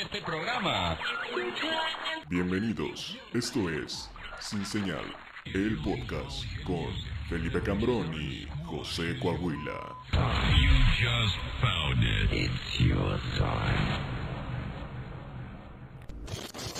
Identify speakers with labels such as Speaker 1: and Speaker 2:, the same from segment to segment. Speaker 1: este programa.
Speaker 2: Bienvenidos, esto es Sin Señal, el podcast con Felipe Cambrón y José Coahuila.
Speaker 1: You just found it. It's your time.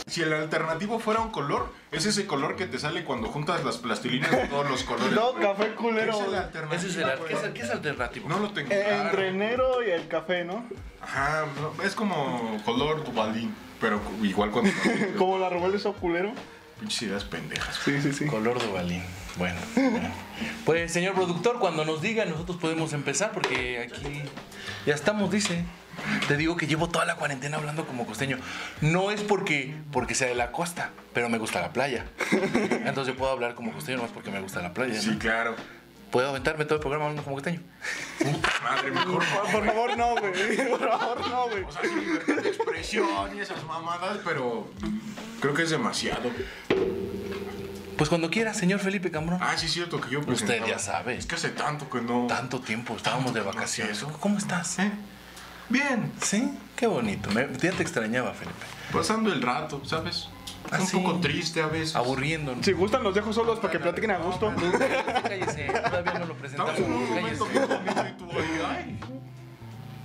Speaker 3: Si el alternativo fuera un color, es ese color que te sale cuando juntas las plastilinas de todos los colores.
Speaker 4: No,
Speaker 3: güey.
Speaker 4: café culero.
Speaker 3: Ese es el
Speaker 4: güey.
Speaker 3: alternativo,
Speaker 5: Ese es el,
Speaker 3: güey.
Speaker 5: ¿qué, es, qué es alternativo?
Speaker 3: No lo tengo.
Speaker 4: Eh,
Speaker 3: claro.
Speaker 4: Entre enero y el café, ¿no?
Speaker 3: Ajá, no, es como color tubalín, pero igual cuando.
Speaker 4: Como la rebelde hizo culero.
Speaker 3: Pinches ideas pendejas.
Speaker 4: Sí, sí, sí.
Speaker 5: Color Duvalín. Bueno, bueno. Pues, señor productor, cuando nos diga, nosotros podemos empezar porque aquí ya estamos, dice. Te digo que llevo toda la cuarentena hablando como costeño. No es porque, porque sea de la costa, pero me gusta la playa. Entonces puedo hablar como costeño nomás porque me gusta la playa. ¿no?
Speaker 3: Sí, claro.
Speaker 5: Puedo aventarme todo el programa hablando como costeño.
Speaker 3: Madre, mejor. no,
Speaker 4: Por favor, no, güey. Por favor, no, güey.
Speaker 3: O sea, sí, libertad de expresión y esas mamadas, pero mm, creo que es demasiado.
Speaker 5: Pues cuando quiera, señor Felipe Cambrón.
Speaker 3: Ah, sí, es cierto que yo
Speaker 5: Usted
Speaker 3: presentaba.
Speaker 5: ya sabe.
Speaker 3: Es que hace tanto que no.
Speaker 5: Tanto tiempo, estábamos de
Speaker 3: Tanto que no
Speaker 5: vacaciones.
Speaker 3: hacía eso.
Speaker 5: ¿Cómo estás?
Speaker 3: ¿Eh? Bien,
Speaker 5: Sí, qué bonito. Me- ya te extrañaba, Felipe.
Speaker 3: pasando el rato, ¿sabes?
Speaker 5: Ah,
Speaker 3: un
Speaker 5: sí.
Speaker 3: poco triste a veces.
Speaker 5: Aburriendo.
Speaker 4: Si gustan, los dejo solos para que platiquen a gusto.
Speaker 5: Cállese, todavía no lo presentamos.
Speaker 3: Estamos en un momento bien bonito y tú, ay, ay.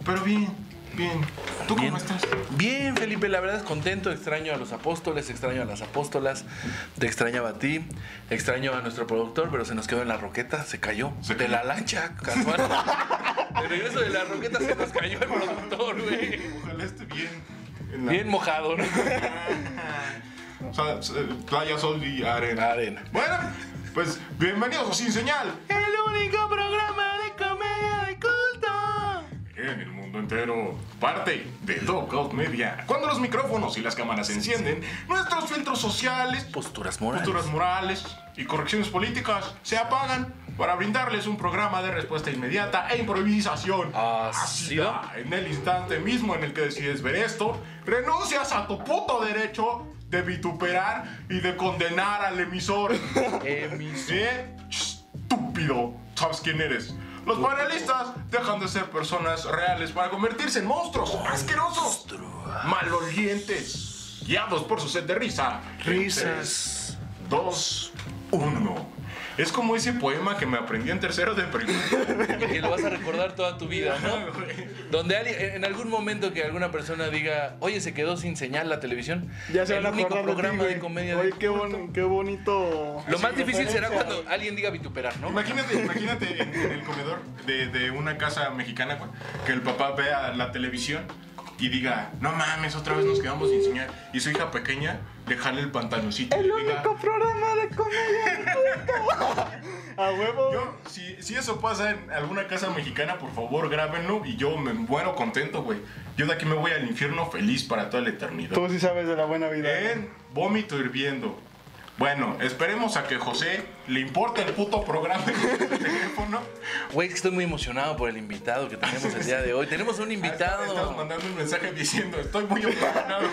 Speaker 3: Pero bien, bien. ¿Tú
Speaker 5: Bien.
Speaker 3: cómo estás?
Speaker 5: Bien, Felipe, la verdad es contento. Extraño a los apóstoles, extraño a las apóstolas. Te extrañaba a ti, extraño a nuestro productor, pero se nos quedó en la roqueta, se cayó.
Speaker 3: Se
Speaker 5: de
Speaker 3: cayó.
Speaker 5: la lancha, casual. De regreso de la roqueta se nos cayó el productor, güey.
Speaker 3: Ojalá esté bien. en la-
Speaker 5: Bien mojado, ¿no?
Speaker 3: O sea, s- eh, playa, sol y arena.
Speaker 5: Arena.
Speaker 3: Bueno, pues bienvenidos a Sin Señal.
Speaker 5: El único programa de comedia de culto.
Speaker 3: En el mundo entero, parte de Dogout Media. Cuando los micrófonos y las cámaras se encienden, nuestros filtros sociales,
Speaker 5: Posturas morales.
Speaker 3: posturas morales y correcciones políticas se apagan para brindarles un programa de respuesta inmediata e improvisación
Speaker 5: Ácida.
Speaker 3: ácida. Ah, En el instante mismo en el que decides ver esto, renuncias a tu puto derecho de vituperar y de condenar al emisor. ¿Eh? Estúpido. ¿Sabes quién eres? Los panelistas dejan de ser personas reales para convertirse en monstruos asquerosos, malolientes, guiados por su sed de risa.
Speaker 5: Risas.
Speaker 3: Dos, uno. Es como ese poema que me aprendí en tercero de primaria.
Speaker 5: Y que lo vas a recordar toda tu vida, ¿no? Donde ali- en algún momento que alguna persona diga, oye, se quedó sin señal la televisión.
Speaker 4: Ya se
Speaker 5: el
Speaker 4: van a
Speaker 5: único
Speaker 4: acordar de ti,
Speaker 5: programa
Speaker 4: güey.
Speaker 5: de comedia. de-
Speaker 4: Oye, qué, bon- qué bonito.
Speaker 5: Lo más
Speaker 4: Sí,
Speaker 5: difícil será
Speaker 4: referencia.
Speaker 5: cuando alguien diga vituperar, ¿no?
Speaker 3: Imagínate, imagínate en, en el comedor de, de una casa mexicana cu- que el papá vea la televisión y diga, no mames, otra vez nos quedamos sin señal. Y su hija pequeña le jale el pantanosito y
Speaker 4: El
Speaker 3: le diga,
Speaker 4: único programa de comedia de culto. A huevo.
Speaker 3: yo, si, si eso pasa en alguna casa mexicana, por favor, grábenlo y yo me muero contento, güey. Yo de aquí me voy al infierno feliz para toda la eternidad.
Speaker 4: Tú sí sabes de la buena vida.
Speaker 3: En vómito hirviendo. Bueno, esperemos a que José le importe el puto programa en el teléfono.
Speaker 5: Güey, es que estoy muy emocionado por el invitado que tenemos el día de hoy. Tenemos un
Speaker 3: Ah, Estamos
Speaker 5: invitado.
Speaker 3: mandando un mensaje diciendo, estoy muy emocionado.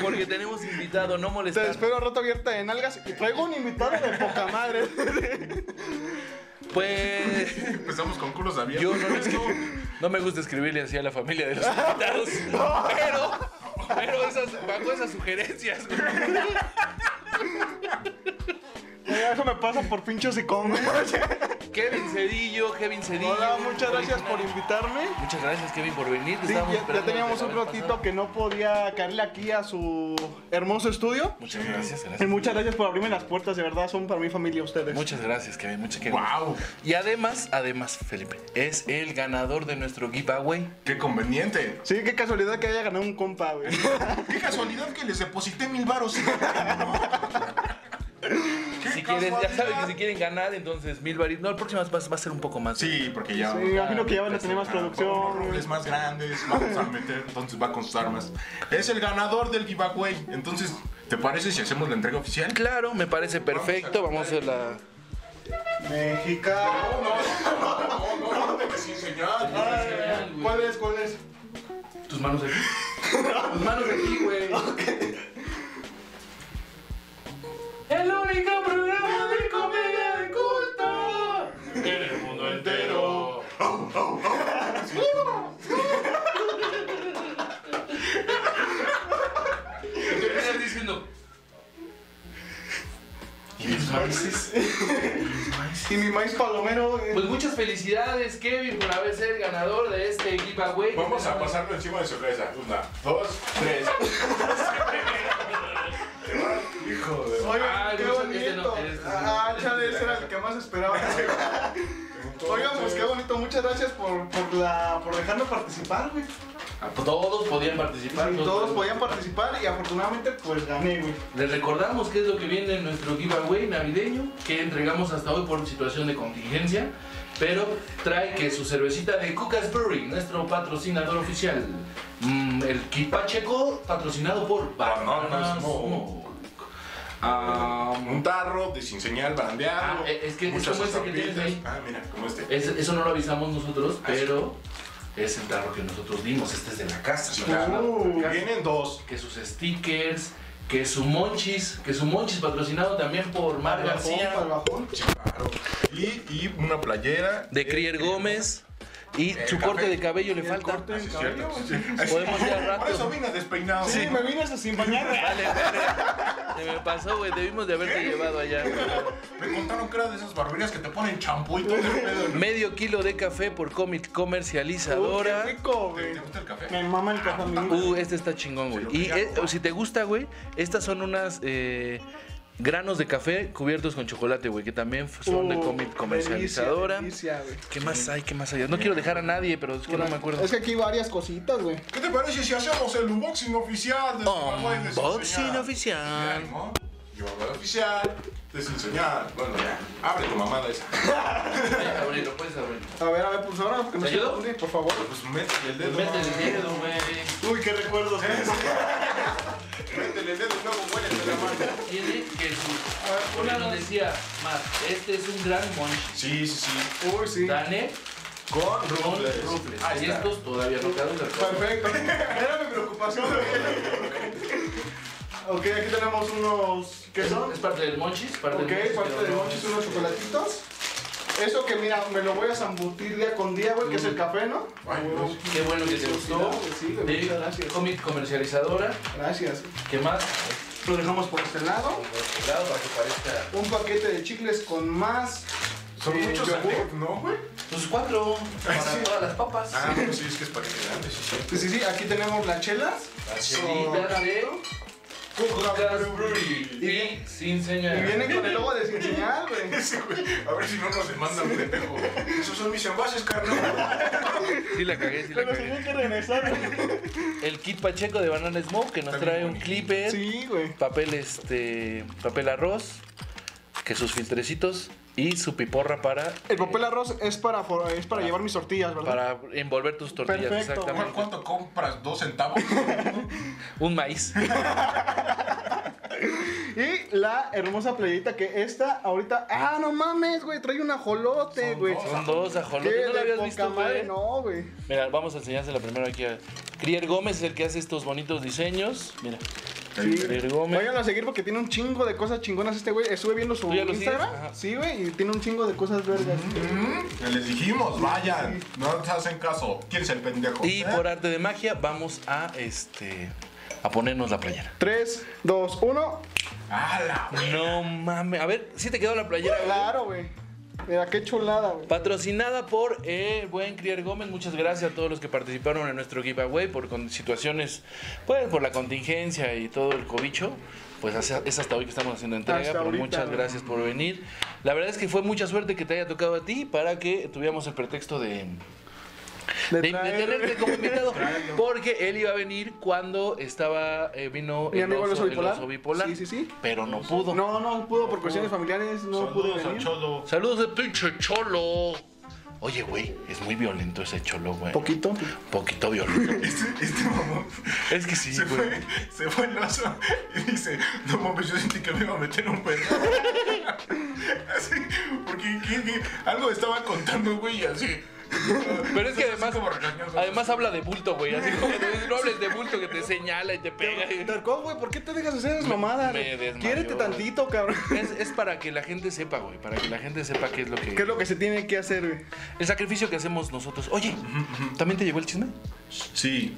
Speaker 5: Porque tenemos invitado, no
Speaker 4: Te
Speaker 5: molestar.
Speaker 4: espero a rato abierta de nalgas y traigo un invitado de poca madre.
Speaker 5: Pues
Speaker 3: Empezamos con culos abiertos.
Speaker 5: yo no, les- no me gusta escribirle así a la familia de los invitados. Pero, pero esas, bajo esas sugerencias, güey.
Speaker 4: Ya, Eso me pasa por pincho sicón. güey.
Speaker 5: Kevin Cedillo, Kevin Cedillo.
Speaker 4: Hola, muchas gracias por invitarme.
Speaker 5: Muchas gracias, Kevin, por venir. Te
Speaker 4: Sí,
Speaker 5: estábamos
Speaker 4: ya, ya
Speaker 5: esperando
Speaker 4: teníamos
Speaker 5: desde la
Speaker 4: un
Speaker 5: vez
Speaker 4: ratito
Speaker 5: pasada.
Speaker 4: que no podía caerle aquí a su hermoso estudio.
Speaker 5: Muchas gracias,
Speaker 4: Y
Speaker 5: gracias.
Speaker 4: muchas gracias por abrirme las puertas, de verdad, son para mi familia ustedes.
Speaker 5: Muchas gracias, Kevin. Muchas gracias.
Speaker 3: ¡Wow!
Speaker 5: Y además, además, Felipe, es el ganador de nuestro giveaway.
Speaker 3: ¡Qué conveniente!
Speaker 4: Sí, qué casualidad que haya ganado un compa, güey.
Speaker 3: ¡Qué casualidad que les deposité mil varos! ¡Qué
Speaker 5: Si quieren, ya
Speaker 3: casualidad!
Speaker 5: saben que si quieren ganar, entonces mil varitos. No, el próximo va va a ser un poco más.
Speaker 3: Sí, porque ya...
Speaker 4: Sí, me imagino que ya van a tener más
Speaker 3: Ah, con
Speaker 4: producción.
Speaker 3: robles
Speaker 4: güey.
Speaker 3: más grandes, vamos a meter, entonces va a costar más. Es el ganador del giveaway. Entonces, ¿te parece si hacemos la entrega oficial?
Speaker 5: Claro, me parece perfecto. Vamos a hacer la.
Speaker 4: Mexicano. ¿Cuál es? ¿Cuál es?
Speaker 5: Tus manos aquí. Tus manos aquí, güey. El único programa de comedia de culto. En el mundo entero. sus maíces.
Speaker 4: Y mi maíz palomero. eh,
Speaker 6: Pues muchas felicidades, Kevin, por haber sido el ganador de este giveaway.
Speaker 3: Vamos a pasarlo encima de sorpresa. Una, dos, tres. Hijo de.
Speaker 4: Oigan,
Speaker 6: Ah,
Speaker 4: qué
Speaker 6: no, este no,
Speaker 4: bonito.
Speaker 6: este no.
Speaker 4: ah, chale, ese era el que más esperaba. Oigan, pues qué bonito. Muchas gracias por, por, la, por dejarme participar, güey.
Speaker 6: Ah, pues Todos podían participar.
Speaker 4: Sí, todos podían participar y afortunadamente, pues gané, güey.
Speaker 6: Les recordamos qué es lo que viene en nuestro giveaway navideño que entregamos hasta hoy por situación de contingencia. Pero trae que su cervecita de Cucas Brewery, nuestro patrocinador oficial, Mm, el Kipacheco, patrocinado por Bananas
Speaker 3: Bananas Smoke.
Speaker 6: Smoke. Ah,
Speaker 3: Un tarro de sin señal, brandeado.
Speaker 6: Ah, es que es
Speaker 3: muchas
Speaker 6: como ese que tienes
Speaker 3: estampitas.
Speaker 6: ahí.
Speaker 3: Ah, mira, como este.
Speaker 6: es- eso no lo avisamos nosotros,
Speaker 3: Ah, sí.
Speaker 6: pero es el tarro que nosotros dimos. Este es de la casa.
Speaker 3: Sí,
Speaker 6: Claro, de la casa.
Speaker 3: Vienen dos.
Speaker 6: que sus stickers, que su monchis, que su monchis patrocinado también por Mar
Speaker 4: Para el
Speaker 6: García,
Speaker 4: bajón.
Speaker 3: Y, y una playera.
Speaker 5: De Crier Gómez. Y
Speaker 3: El
Speaker 5: su
Speaker 3: café.
Speaker 5: corte de cabello le
Speaker 4: El
Speaker 5: falta.
Speaker 4: corte del
Speaker 3: Ah, Sí, es cierto.
Speaker 4: cabello,
Speaker 3: Sí.
Speaker 5: Podemos ir al
Speaker 3: Por eso
Speaker 5: rato.
Speaker 3: vine despeinado.
Speaker 4: Sí, me vine hasta sin bañar.
Speaker 5: Vale, verga. Se me pasó, güey. Debimos de haberte llevado allá, güey.
Speaker 3: Me contaron que era de esas barberías que te ponen champú y todo el pedo. ¿no?
Speaker 5: Medio kilo de café por Comic
Speaker 4: Uy, qué
Speaker 5: Comercializadora.
Speaker 4: rico,
Speaker 3: ¿Te,
Speaker 4: güey.
Speaker 3: te gusta el
Speaker 4: Me
Speaker 3: café?
Speaker 4: mama el café a mí.
Speaker 5: Uh, este está chingón, güey.
Speaker 3: Se lo
Speaker 5: Y
Speaker 3: pegaron,
Speaker 5: eh, si te gusta, güey, estas son unas eh, granos de café cubiertos con chocolate, güey, que también f- son de
Speaker 4: Uh,
Speaker 5: Comic Comercializadora.
Speaker 4: delicia, delicia, güey.
Speaker 5: ¿Qué más hay? ¿Qué más hay? No quiero dejar a nadie, pero es que no me acuerdo.
Speaker 4: Es que aquí hay varias cositas, güey.
Speaker 3: ¿Qué te parece si hacemos el unboxing oficial de Superman de Sin
Speaker 5: Unboxing
Speaker 3: Señal? Ya,
Speaker 5: oficial.
Speaker 3: ¿no? Yo hago el oficial, te sin señal. Bueno, ya. Abre tu mamada esa.
Speaker 6: puedes abrirlo, puedes abrirlo.
Speaker 4: A ver, a ver, pues ahora, porque no
Speaker 6: ¿Te
Speaker 4: se
Speaker 6: ayudo?
Speaker 4: hunde, por favor.
Speaker 3: Pues métele el
Speaker 6: Pues
Speaker 3: dedo.
Speaker 6: mete el
Speaker 3: mano.
Speaker 6: dedo, güey.
Speaker 4: Uy, qué recuerdos. güey.
Speaker 3: Métele el dedo y luego huélete la mano.
Speaker 6: Tiene que su. Una nos decía, Mar, este es un gran monchis.
Speaker 3: Sí, sí, sí.
Speaker 4: Uy, sí.
Speaker 6: Dane
Speaker 3: Con
Speaker 6: con
Speaker 3: rufles.
Speaker 6: rufles.
Speaker 3: Ahí
Speaker 6: Y
Speaker 3: está.
Speaker 6: estos todavía no caducan.
Speaker 4: Perfecto. Era mi preocupación. ok, aquí tenemos unos. ¿Qué son?
Speaker 6: Es parte del monchis, parte
Speaker 4: Ok,
Speaker 6: del monchis.
Speaker 4: parte
Speaker 6: pero
Speaker 4: de
Speaker 6: no-
Speaker 4: monchis, unos chocolatitos. Eso que mira, me lo voy a zambutir día con día, güey, que es el café, ¿no?
Speaker 3: Ay, no.
Speaker 6: Qué bueno que te gustó.
Speaker 4: Sí, güey,
Speaker 6: De
Speaker 4: muchas gracias.
Speaker 6: Comic comercializadora.
Speaker 4: Gracias.
Speaker 6: ¿Qué más?
Speaker 4: Lo dejamos por este lado.
Speaker 6: Por este lado, para que parezca.
Speaker 4: Un paquete de chicles con más.
Speaker 3: Son
Speaker 4: eh,
Speaker 3: muchos
Speaker 4: yogur.
Speaker 3: anec- ¿no, güey?
Speaker 6: Pues cuatro. Para
Speaker 3: Sí.
Speaker 6: todas las papas.
Speaker 3: Ah, pero sí, es que es paquete grande, sí, sí.
Speaker 4: Sí, sí, sí, aquí tenemos las chelas.
Speaker 6: Chelitas de
Speaker 5: ¿eh?
Speaker 4: Ah,
Speaker 6: Cucas Brewery y sin
Speaker 4: Y
Speaker 6: señal.
Speaker 4: vienen con el logo de sin señal, güey.
Speaker 3: Ese güey, A ver si no nos demandan, pendejo. Esos son mis envases, carnal.
Speaker 5: Sí la cagué, sí la cagué.
Speaker 4: que regresar.
Speaker 5: El kit Pacheco de Banana Smoke que nos
Speaker 3: Está bien
Speaker 5: trae un
Speaker 3: bonito.
Speaker 5: clipper,
Speaker 4: Sí, güey.
Speaker 5: papel este, papel arroz, que sus filtrecitos y su piporra para
Speaker 4: El papel arroz es para, for- es para llevar mis tortillas, ¿verdad?
Speaker 5: para envolver tus tortillas
Speaker 4: Perfecto.
Speaker 5: exactamente.
Speaker 3: ¿Cuánto compras? ¿Dos centavos?
Speaker 5: Un maíz.
Speaker 4: Y la hermosa playita que esta ahorita. ¡Ah, no mames, güey! Trae un ajolote,
Speaker 3: Son
Speaker 4: güey.
Speaker 3: dos.
Speaker 5: Son dos ajolotes.
Speaker 4: ¿Qué
Speaker 5: ¿No lo
Speaker 4: de
Speaker 5: habías
Speaker 4: poca
Speaker 5: visto,
Speaker 4: madre?
Speaker 5: güey?
Speaker 4: No, güey.
Speaker 5: Mira, vamos a enseñársela primero aquí a... Crier Gómez es el que hace estos bonitos diseños. Mira, Crier Gómez.
Speaker 4: Vayan a seguir porque tiene un chingo de cosas chingonas este güey. Estuve viendo su
Speaker 5: ¿Tú ya lo
Speaker 4: Instagram.
Speaker 5: sigues? Ajá.
Speaker 4: Sí, güey. Y tiene un chingo de cosas vergas.
Speaker 3: Mm, ya les dijimos, vayan. No te hacen caso. ¿Quién es el pendejo?
Speaker 5: Y
Speaker 3: ¿Eh?
Speaker 5: por arte de magia vamos a, este, a ponernos la playera.
Speaker 4: 3, 2, 1.
Speaker 3: ¡A Ah, la güey!
Speaker 5: No mames. A ver, si te quedó la playera. güey?
Speaker 4: Claro, güey. Mira, qué chulada, güey.
Speaker 5: Patrocinada por el buen Crier Gómez. Muchas gracias a todos los que participaron en nuestro giveaway por con- situaciones, pues por la contingencia y todo el cobicho. Pues hace- es hasta hoy que estamos haciendo entrega,
Speaker 4: Hasta
Speaker 5: pero
Speaker 4: ahorita,
Speaker 5: muchas
Speaker 4: ¿no?
Speaker 5: gracias por venir. La verdad es que fue mucha suerte que te haya tocado a ti para que tuviéramos el pretexto de,
Speaker 4: Le
Speaker 5: de- de
Speaker 4: trae-
Speaker 5: tenerte como invitado. Porque él iba a venir cuando estaba, eh, vino
Speaker 4: Mi amigo el oso bipolar.
Speaker 5: oso bipolar,
Speaker 4: Sí, sí, sí.
Speaker 5: pero no pudo.
Speaker 4: No, no pudo por cuestiones familiares. No pude
Speaker 3: Saludos al
Speaker 4: venir.
Speaker 3: cholo.
Speaker 5: Saludos de pinche cholo. Oye, güey, es muy violento ese cholo, güey.
Speaker 4: Poquito.
Speaker 5: Poquito violento.
Speaker 3: Este, este mamón
Speaker 5: es que sí,
Speaker 3: se
Speaker 5: güey.
Speaker 3: fue, se fue el oso y dice, no mames, yo sentí que me iba a meter un pedo. así, porque ¿qué- qué? algo estaba contando, güey, y así.
Speaker 5: Pero es que
Speaker 3: Así
Speaker 5: además,
Speaker 3: como regañoso.
Speaker 5: además habla de bulto, güey. Así como que no hables de bulto que te señala y te pega.
Speaker 4: Darko, güey, ¿por qué te dejas hacer esas mamadas?
Speaker 5: me
Speaker 4: güey?
Speaker 5: desmayó,
Speaker 4: Quiérete
Speaker 5: güey.
Speaker 4: tantito, cabrón.
Speaker 5: Es, es para que la gente sepa, güey. Para que la gente sepa qué es lo que.
Speaker 4: ¿Qué es lo que se tiene que hacer, güey?
Speaker 5: El sacrificio que hacemos nosotros. Oye, ¿también te llegó el chisme?
Speaker 3: pues. Sí,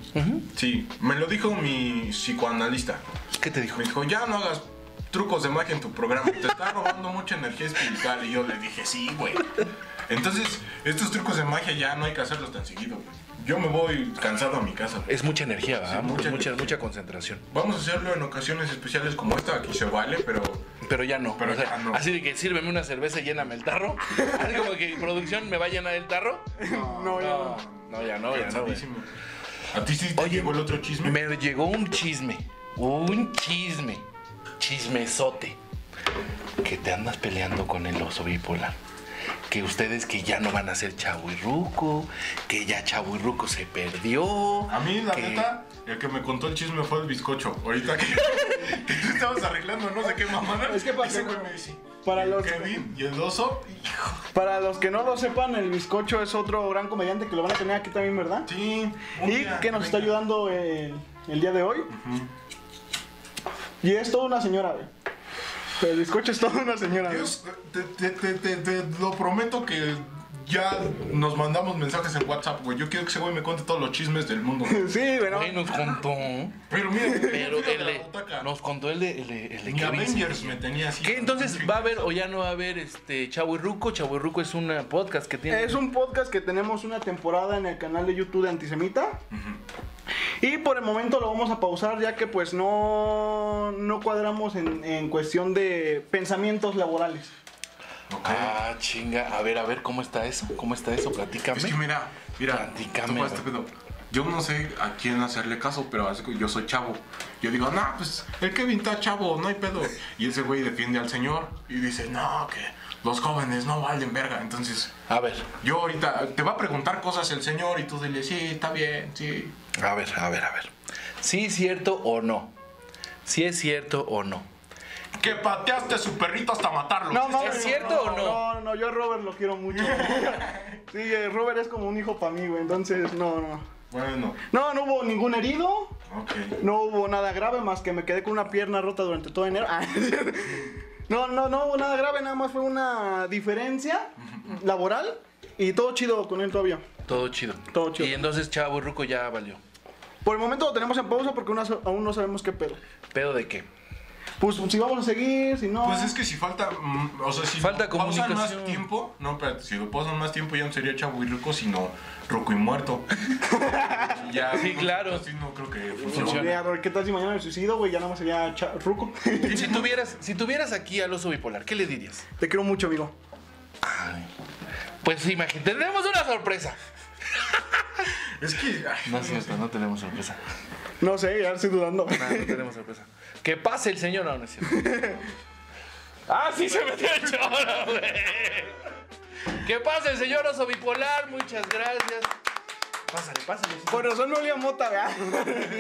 Speaker 3: sí, me lo dijo mi psicoanalista.
Speaker 5: ¿Qué te dijo?
Speaker 3: Me dijo, ya no hagas trucos de magia en tu programa. Te está robando mucha energía espiritual. Y yo le dije, sí, güey. Entonces, estos trucos de magia ya no hay que hacerlos tan seguido, güey. Yo me voy cansado a mi casa. güey.
Speaker 5: Es mucha energía, ¿verdad?
Speaker 3: Sí, mucha
Speaker 5: mucha, mucha,
Speaker 3: energía.
Speaker 5: mucha concentración.
Speaker 3: Vamos a hacerlo en ocasiones especiales como esta. Aquí se vale, pero
Speaker 5: Pero ya no.
Speaker 3: Pero
Speaker 5: o sea,
Speaker 3: ya no.
Speaker 5: Así de que sírveme una cerveza y lléname el tarro. Así como que producción me va a llenar el tarro.
Speaker 4: No, ya no.
Speaker 5: No, ya no, ya no. güey.
Speaker 3: cansadísimo. ¿A ti sí te
Speaker 5: Oye,
Speaker 3: llegó el otro chisme?
Speaker 5: Me llegó un chisme. Un chisme. Chismezote. Que te andas peleando con el oso bipolar. Que ustedes que ya no van a ser Chavo y Ruco, que ya Chavo y Ruco se perdió.
Speaker 3: A mí, la
Speaker 5: que-
Speaker 3: neta, el que me contó el chisme fue el bizcocho. Ahorita que, que tú estabas arreglando no sé qué mamada.
Speaker 4: Es que para
Speaker 3: ese
Speaker 4: que no-
Speaker 3: güey me dice,
Speaker 4: para
Speaker 3: "El
Speaker 4: los-
Speaker 3: Kevin y el oso. hijo".
Speaker 4: Para los que no lo sepan, el bizcocho es otro gran comediante que lo van a tener aquí también, ¿verdad?
Speaker 3: Sí. un
Speaker 4: Y
Speaker 3: día,
Speaker 4: que nos está
Speaker 3: venga.
Speaker 4: ayudando el, el día de hoy. Y es toda una señora, güey. El bizcocho es toda una señora. güey.
Speaker 3: Dios, te, te- te- te- te lo prometo que ya nos mandamos mensajes en WhatsApp, güey. Yo quiero que ese güey me cuente todos los chismes del mundo. güey.
Speaker 4: Sí, bueno.
Speaker 5: Güey, nos contó.
Speaker 3: Pero mira,
Speaker 5: Pero
Speaker 3: de
Speaker 5: el
Speaker 3: la
Speaker 5: de-
Speaker 3: butaca.
Speaker 5: nos contó el de, el de- el de
Speaker 3: Ni
Speaker 5: Kevin
Speaker 3: Avengers
Speaker 5: Smith.
Speaker 3: me tenía así.
Speaker 5: ¿Qué? Entonces va a haber o ya no va a haber este Chavo y Ruco. Chavo y Ruco es un podcast que tiene.
Speaker 4: Es un podcast que tenemos una temporada en el canal de YouTube de Antisemita. Y por el momento lo vamos a pausar ya que pues no, no cuadramos en, en cuestión de pensamientos laborales.
Speaker 3: Ok.
Speaker 5: Ah, chinga. A ver, a ver, ¿cómo está eso? ¿Cómo está eso? Platícame.
Speaker 3: Es que mira, mira,
Speaker 5: Platícame,
Speaker 3: tú vas este pedo. yo no sé a quién hacerle caso, pero así que yo soy chavo. Yo digo, no, pues el Kevin está chavo, no hay pedo. Y ese güey defiende al señor y dice, no, que los jóvenes no valen verga. Entonces,
Speaker 5: A ver,
Speaker 3: yo ahorita te va a preguntar cosas el señor y tú dile, sí, está bien, sí.
Speaker 5: a ver, a ver, a ver. ¿Sí es cierto o no? ¿Sí es cierto o no?
Speaker 3: Que pateaste a su perrito hasta matarlo.
Speaker 5: ¿es cierto o no?
Speaker 4: No, no, yo a Robert lo quiero mucho. sí, eh, Robert es como un hijo para mí, güey, entonces no, no.
Speaker 3: Bueno,
Speaker 4: No, no hubo ningún herido.
Speaker 3: ok.
Speaker 4: No hubo nada grave más que me quedé con una pierna rota durante todo enero. Ah, No, no, no hubo nada grave, nada más fue una diferencia laboral y todo chido con él todavía.
Speaker 5: Todo chido.
Speaker 4: Todo chido.
Speaker 5: Y entonces Chavo y Ruco ya valió.
Speaker 4: Por el momento lo tenemos en pausa porque aún no- aún no sabemos qué pedo.
Speaker 5: ¿Pedo de qué?
Speaker 4: Pues si vamos a seguir, si no.
Speaker 3: Pues es que si falta, mm, o sea, si
Speaker 5: Falta
Speaker 3: lo pausan más
Speaker 5: comunicación.
Speaker 3: tiempo, no, espérate, si lo pasan más tiempo ya no sería Chavo y Ruco, sino Ruco y Muerto. ya,
Speaker 5: Sí, claro.
Speaker 3: Así no creo que
Speaker 5: Funciona.
Speaker 3: funcione.
Speaker 4: Sería, pues, ¿Qué tal si mañana me suicido, güey? Ya nada más sería cha- ruco.
Speaker 5: Si tuvieras, si tuvieras aquí al oso bipolar, ¿qué le dirías?
Speaker 4: Te quiero mucho, amigo.
Speaker 5: Pues imagínate, tenemos una sorpresa.
Speaker 3: Es que, ay,
Speaker 5: No es cierto, no tenemos sorpresa.
Speaker 4: No sé, ya estoy dudando.
Speaker 5: No, no tenemos sorpresa. Que pase el señor, no, no es cierto. ¡Ah, sí se metió el choro, güey! Que pase el señor oso bipolar, muchas gracias. Pásale, pásale.
Speaker 4: Por razón me olía mota, ¿verdad?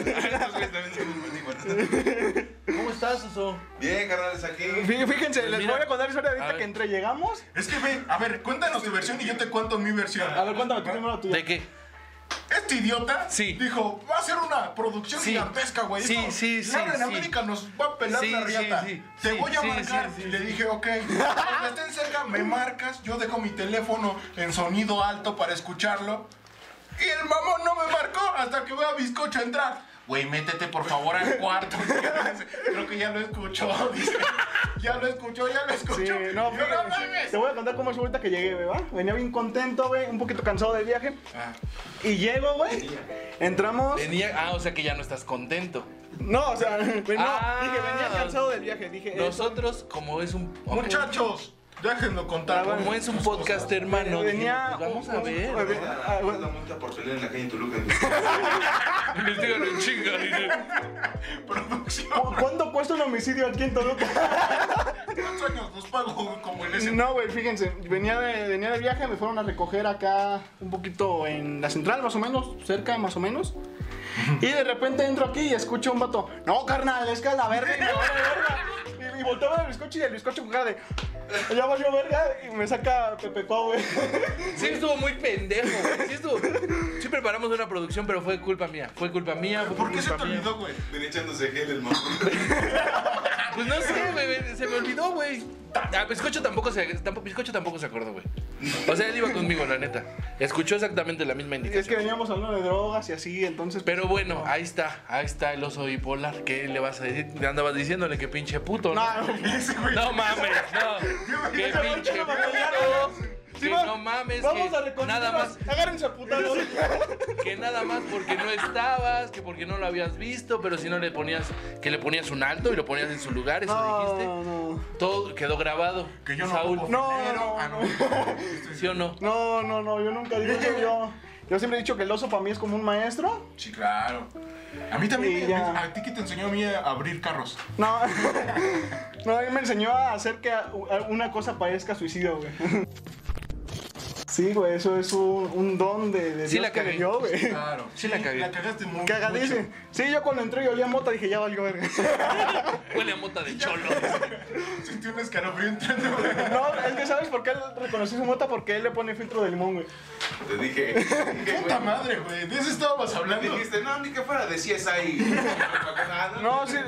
Speaker 7: Estos güeyes también son unos buenísimos.
Speaker 5: ¿Cómo estás, oso?
Speaker 7: Bien, carnales, aquí.
Speaker 4: Fí- Fíjense, les
Speaker 5: mira.
Speaker 4: voy a contar historia
Speaker 5: A
Speaker 4: ahorita
Speaker 5: ver.
Speaker 4: que entre llegamos.
Speaker 3: es que ve, a ver, cuéntanos tu versión y yo te cuento mi versión.
Speaker 4: A ver, cuéntame tú primero la tuya.
Speaker 5: ¿De qué?
Speaker 3: Este idiota
Speaker 5: Sí.
Speaker 3: dijo, va a ser una producción
Speaker 5: Sí.
Speaker 3: gigantesca, güey.
Speaker 5: Sí,
Speaker 3: Esto,
Speaker 5: sí, sí,
Speaker 3: Laura en
Speaker 5: sí.
Speaker 3: América nos va a pelar
Speaker 5: Sí,
Speaker 3: la
Speaker 5: sí,
Speaker 3: riata.
Speaker 5: sí,
Speaker 3: Te
Speaker 5: sí,
Speaker 3: voy a
Speaker 5: sí,
Speaker 3: marcar.
Speaker 5: sí, sí,
Speaker 3: y le dije, ok, cuando estén cerca, me marcas. Yo dejo mi teléfono en sonido alto para escucharlo. Y el mamón no me marcó hasta que veo a Bizcocho entrar. Güey, métete por favor al cuarto. Creo que ya lo escuchó. Dice, ya lo escuchó, ya lo escuchó.
Speaker 4: Sí, no,
Speaker 3: Yo, no
Speaker 4: fíjate,
Speaker 3: mames.
Speaker 4: te voy a contar cómo es ahorita que llegué, güey, ¿va? Venía bien contento, güey, un poquito cansado del viaje.
Speaker 5: Ah.
Speaker 4: Y llego, güey. Entramos.
Speaker 5: Venía, ah, o sea que ya no estás contento.
Speaker 4: No, o sea, güey, no,
Speaker 5: Ah.
Speaker 4: dije, venía cansado del viaje, dije. eh,
Speaker 5: Nosotros, como es un.
Speaker 3: Muchachos, déjenlo contar.
Speaker 5: Como es un podcast hermano,
Speaker 4: Venía
Speaker 5: dijimos, pues vamos a
Speaker 4: un-
Speaker 5: ver.
Speaker 4: un-
Speaker 7: Ah, es la multa por pelear en la calle de Toluca.
Speaker 5: Investigan en chinga, dice.
Speaker 4: ¿cu-
Speaker 3: Producción.
Speaker 4: ¿Cuánto cuesta un homicidio aquí en Toluca?
Speaker 3: ¿Cuántos años los pago como el ese?
Speaker 4: No, güey, fíjense, venía de, venía de viaje, me fueron a recoger acá un poquito en la central, más o menos, cerca, más o menos. Y de repente entro aquí y escucho a un vato, no, carnal, es que a la verga, y me vale verga. Y, y volteo a ver el bizcocho y el bizcocho con cara de, ya valió verga, y me saca Pepe Cuau, güey.
Speaker 5: Sí estuvo muy pendejo, güey. Sí estuvo. Sí preparamos una producción, pero fue culpa mía. Fue culpa mía. Fue
Speaker 3: ¿Por qué se
Speaker 5: culpa
Speaker 3: te
Speaker 5: mía.
Speaker 3: olvidó, güey?
Speaker 7: Venía echándose gel el mamón.
Speaker 5: Ah, Pues no sé, güey, se me olvidó, güey. Ah, bizcocho tampoco se, tampoco, bizcocho tampoco se acordó, güey. O sea, él iba conmigo, la neta. Escuchó exactamente la misma
Speaker 4: Y es que
Speaker 5: indicación.
Speaker 4: veníamos hablando de drogas y así, entonces.
Speaker 5: Pero bueno, ahí está, ahí está el oso bipolar. ¿Qué le vas a decir? Le Andabas diciéndole que pinche puto, ¿no?
Speaker 4: pues, No,
Speaker 3: Ese güey.
Speaker 5: No mames, no. Qué
Speaker 4: Ese güey
Speaker 5: pinche
Speaker 4: que no
Speaker 5: puto.
Speaker 4: me apoyaron.
Speaker 5: Que
Speaker 4: va-
Speaker 5: no mames,
Speaker 4: Vamos
Speaker 5: que
Speaker 4: a reconciliarnos.
Speaker 5: nada más,
Speaker 4: Agárrense a putazos.
Speaker 5: que nada más porque no estabas, que porque no lo habías visto, pero si no le ponías, que le ponías un alto y lo ponías en su lugar, eso dijiste.
Speaker 4: No, no.
Speaker 5: Todo quedó grabado.
Speaker 3: Que yo no
Speaker 5: Saúl,
Speaker 3: ocupo
Speaker 4: No,
Speaker 3: filero.
Speaker 4: no,
Speaker 3: Ah, no.
Speaker 5: ¿sí o no?
Speaker 4: No, no, no, yo nunca digo que yo. Yo siempre he dicho que el oso para mí es como un maestro.
Speaker 3: Sí, claro. A mí también,
Speaker 4: Y
Speaker 3: me-
Speaker 4: ya.
Speaker 3: a ti que te enseñó a mí a abrir carros.
Speaker 4: No, no, él me enseñó a hacer que a- a- una cosa parezca suicidio, güey. Sí, güey, eso es un, un don de, de
Speaker 5: Sí
Speaker 4: Dios
Speaker 5: la
Speaker 4: que me
Speaker 5: cagué. Ah,
Speaker 4: dio, güey.
Speaker 3: Claro.
Speaker 5: Sí, la cagué.
Speaker 3: La cagaste muy mucho.
Speaker 4: Cagadice. Sí, yo cuando entré y olía mota dije, ya valió verga.
Speaker 5: Huele a mota de cholo.
Speaker 3: Sentí un escalofrío entrando, güey.
Speaker 4: No, es que sabes por qué él reconoció su mota porque él le pone filtro de limón, güey.
Speaker 7: Te dije. dije,
Speaker 3: Puta
Speaker 7: güey,
Speaker 3: madre, güey. De eso estábamos hablando.
Speaker 7: Dijiste, no, ni que fuera de CSI. Ah,
Speaker 4: No, sí, de-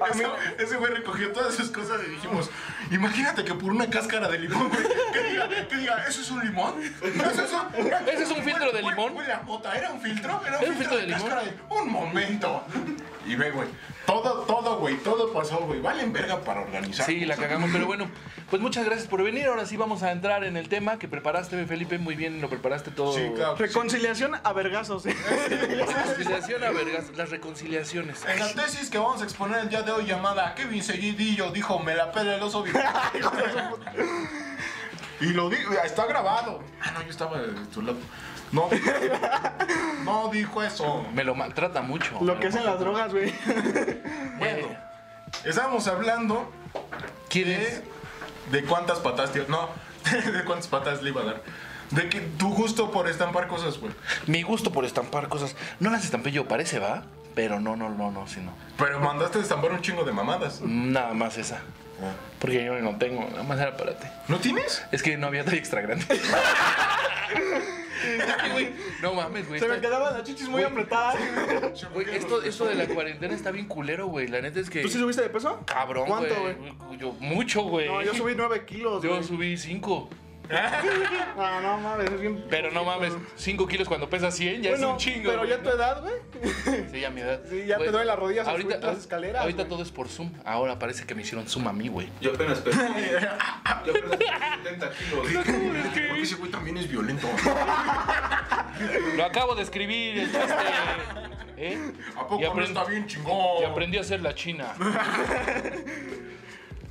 Speaker 4: a mí,
Speaker 3: Ese- ese güey recogió todas esas cosas y dijimos, imagínate que por una cáscara de limón, güey, que diga, que diga, ¿eso es un limón? ¿Eso es un,
Speaker 5: ¿Ese es un filtro de
Speaker 3: Huele-
Speaker 5: limón?
Speaker 3: Huele a mota, ¿era un filtro? ¿Era un
Speaker 5: ¿Era un
Speaker 3: filtro
Speaker 5: filtro
Speaker 3: de
Speaker 5: de limón?
Speaker 3: cáscara de Un momento. Y ve, güey, todo, todo, güey, todo pasó, güey. Valen verga para organizar.
Speaker 5: Sí, la
Speaker 3: cosas.
Speaker 5: cagamos, pero bueno, pues muchas gracias por venir. Ahora sí vamos a entrar en el tema que preparaste, Felipe, muy bien, lo preparaste todo.
Speaker 3: Sí, claro.
Speaker 4: reconciliación a vergazos.
Speaker 5: Reconciliación a vergas, las reconciliaciones.
Speaker 3: En la tesis que vamos a exponer el día de hoy llamada Kevin Seguidillo dijo, me la pela el oso bipolar". Y lo dijo, está grabado. Ah, no, yo estaba de tu lado. No, no dijo eso.
Speaker 5: Me lo maltrata mucho.
Speaker 4: Lo que hacen las drogas, güey.
Speaker 3: Bueno, estábamos hablando
Speaker 5: ¿Quién
Speaker 3: de,
Speaker 5: es?
Speaker 3: de cuántas patas tío. No, de cuántas patas le iba a dar. De que tu gusto por estampar cosas, güey.
Speaker 5: Mi gusto por estampar cosas. No las estampé yo, parece, ¿va? Pero no, no, no, no, sino.
Speaker 3: Pero mandaste estampar un chingo de mamadas.
Speaker 5: Nada más esa.
Speaker 4: Ah.
Speaker 5: Porque yo no tengo, nada más era para ti.
Speaker 3: ¿No tienes?
Speaker 5: Es que no había talla extra grande. Es que, güey, no mames, güey.
Speaker 4: Se me
Speaker 5: está-
Speaker 4: quedaban las chichis muy apretadas.
Speaker 5: güey, esto, esto de la cuarentena está bien culero, güey. La neta es que.
Speaker 4: ¿Tú sí subiste de peso?
Speaker 5: Cabrón,
Speaker 4: ¿Cuánto,
Speaker 5: Yo mucho, güey.
Speaker 4: No, yo subí 9 kilos,
Speaker 5: Yo
Speaker 4: güey.
Speaker 5: subí 5.
Speaker 4: No, no mames, es bien.
Speaker 5: Pero no mames, 5 kilos cuando pesas 100 ya
Speaker 4: Bueno,
Speaker 5: es un chingo.
Speaker 4: Pero
Speaker 5: güey,
Speaker 4: ya a tu
Speaker 5: ¿no?
Speaker 4: edad, güey.
Speaker 5: Sí, ya a mi edad.
Speaker 4: Sí, ya te
Speaker 5: Güey,
Speaker 4: duelen las rodillas al
Speaker 5: Ahorita,
Speaker 4: subir las escaleras,
Speaker 5: ahorita
Speaker 4: güey.
Speaker 5: todo es por Zoom. Ahora parece que me hicieron Zoom a mí, güey.
Speaker 7: Yo apenas perdí. Yo apenas perdí 70 kilos.
Speaker 3: Porque ese güey también es violento.
Speaker 5: Lo acabo de escribir, el chiste. ¿Eh?
Speaker 3: ¿A poco
Speaker 5: Y aprend-
Speaker 3: no está bien chingón?
Speaker 5: y aprendí a hacer la china.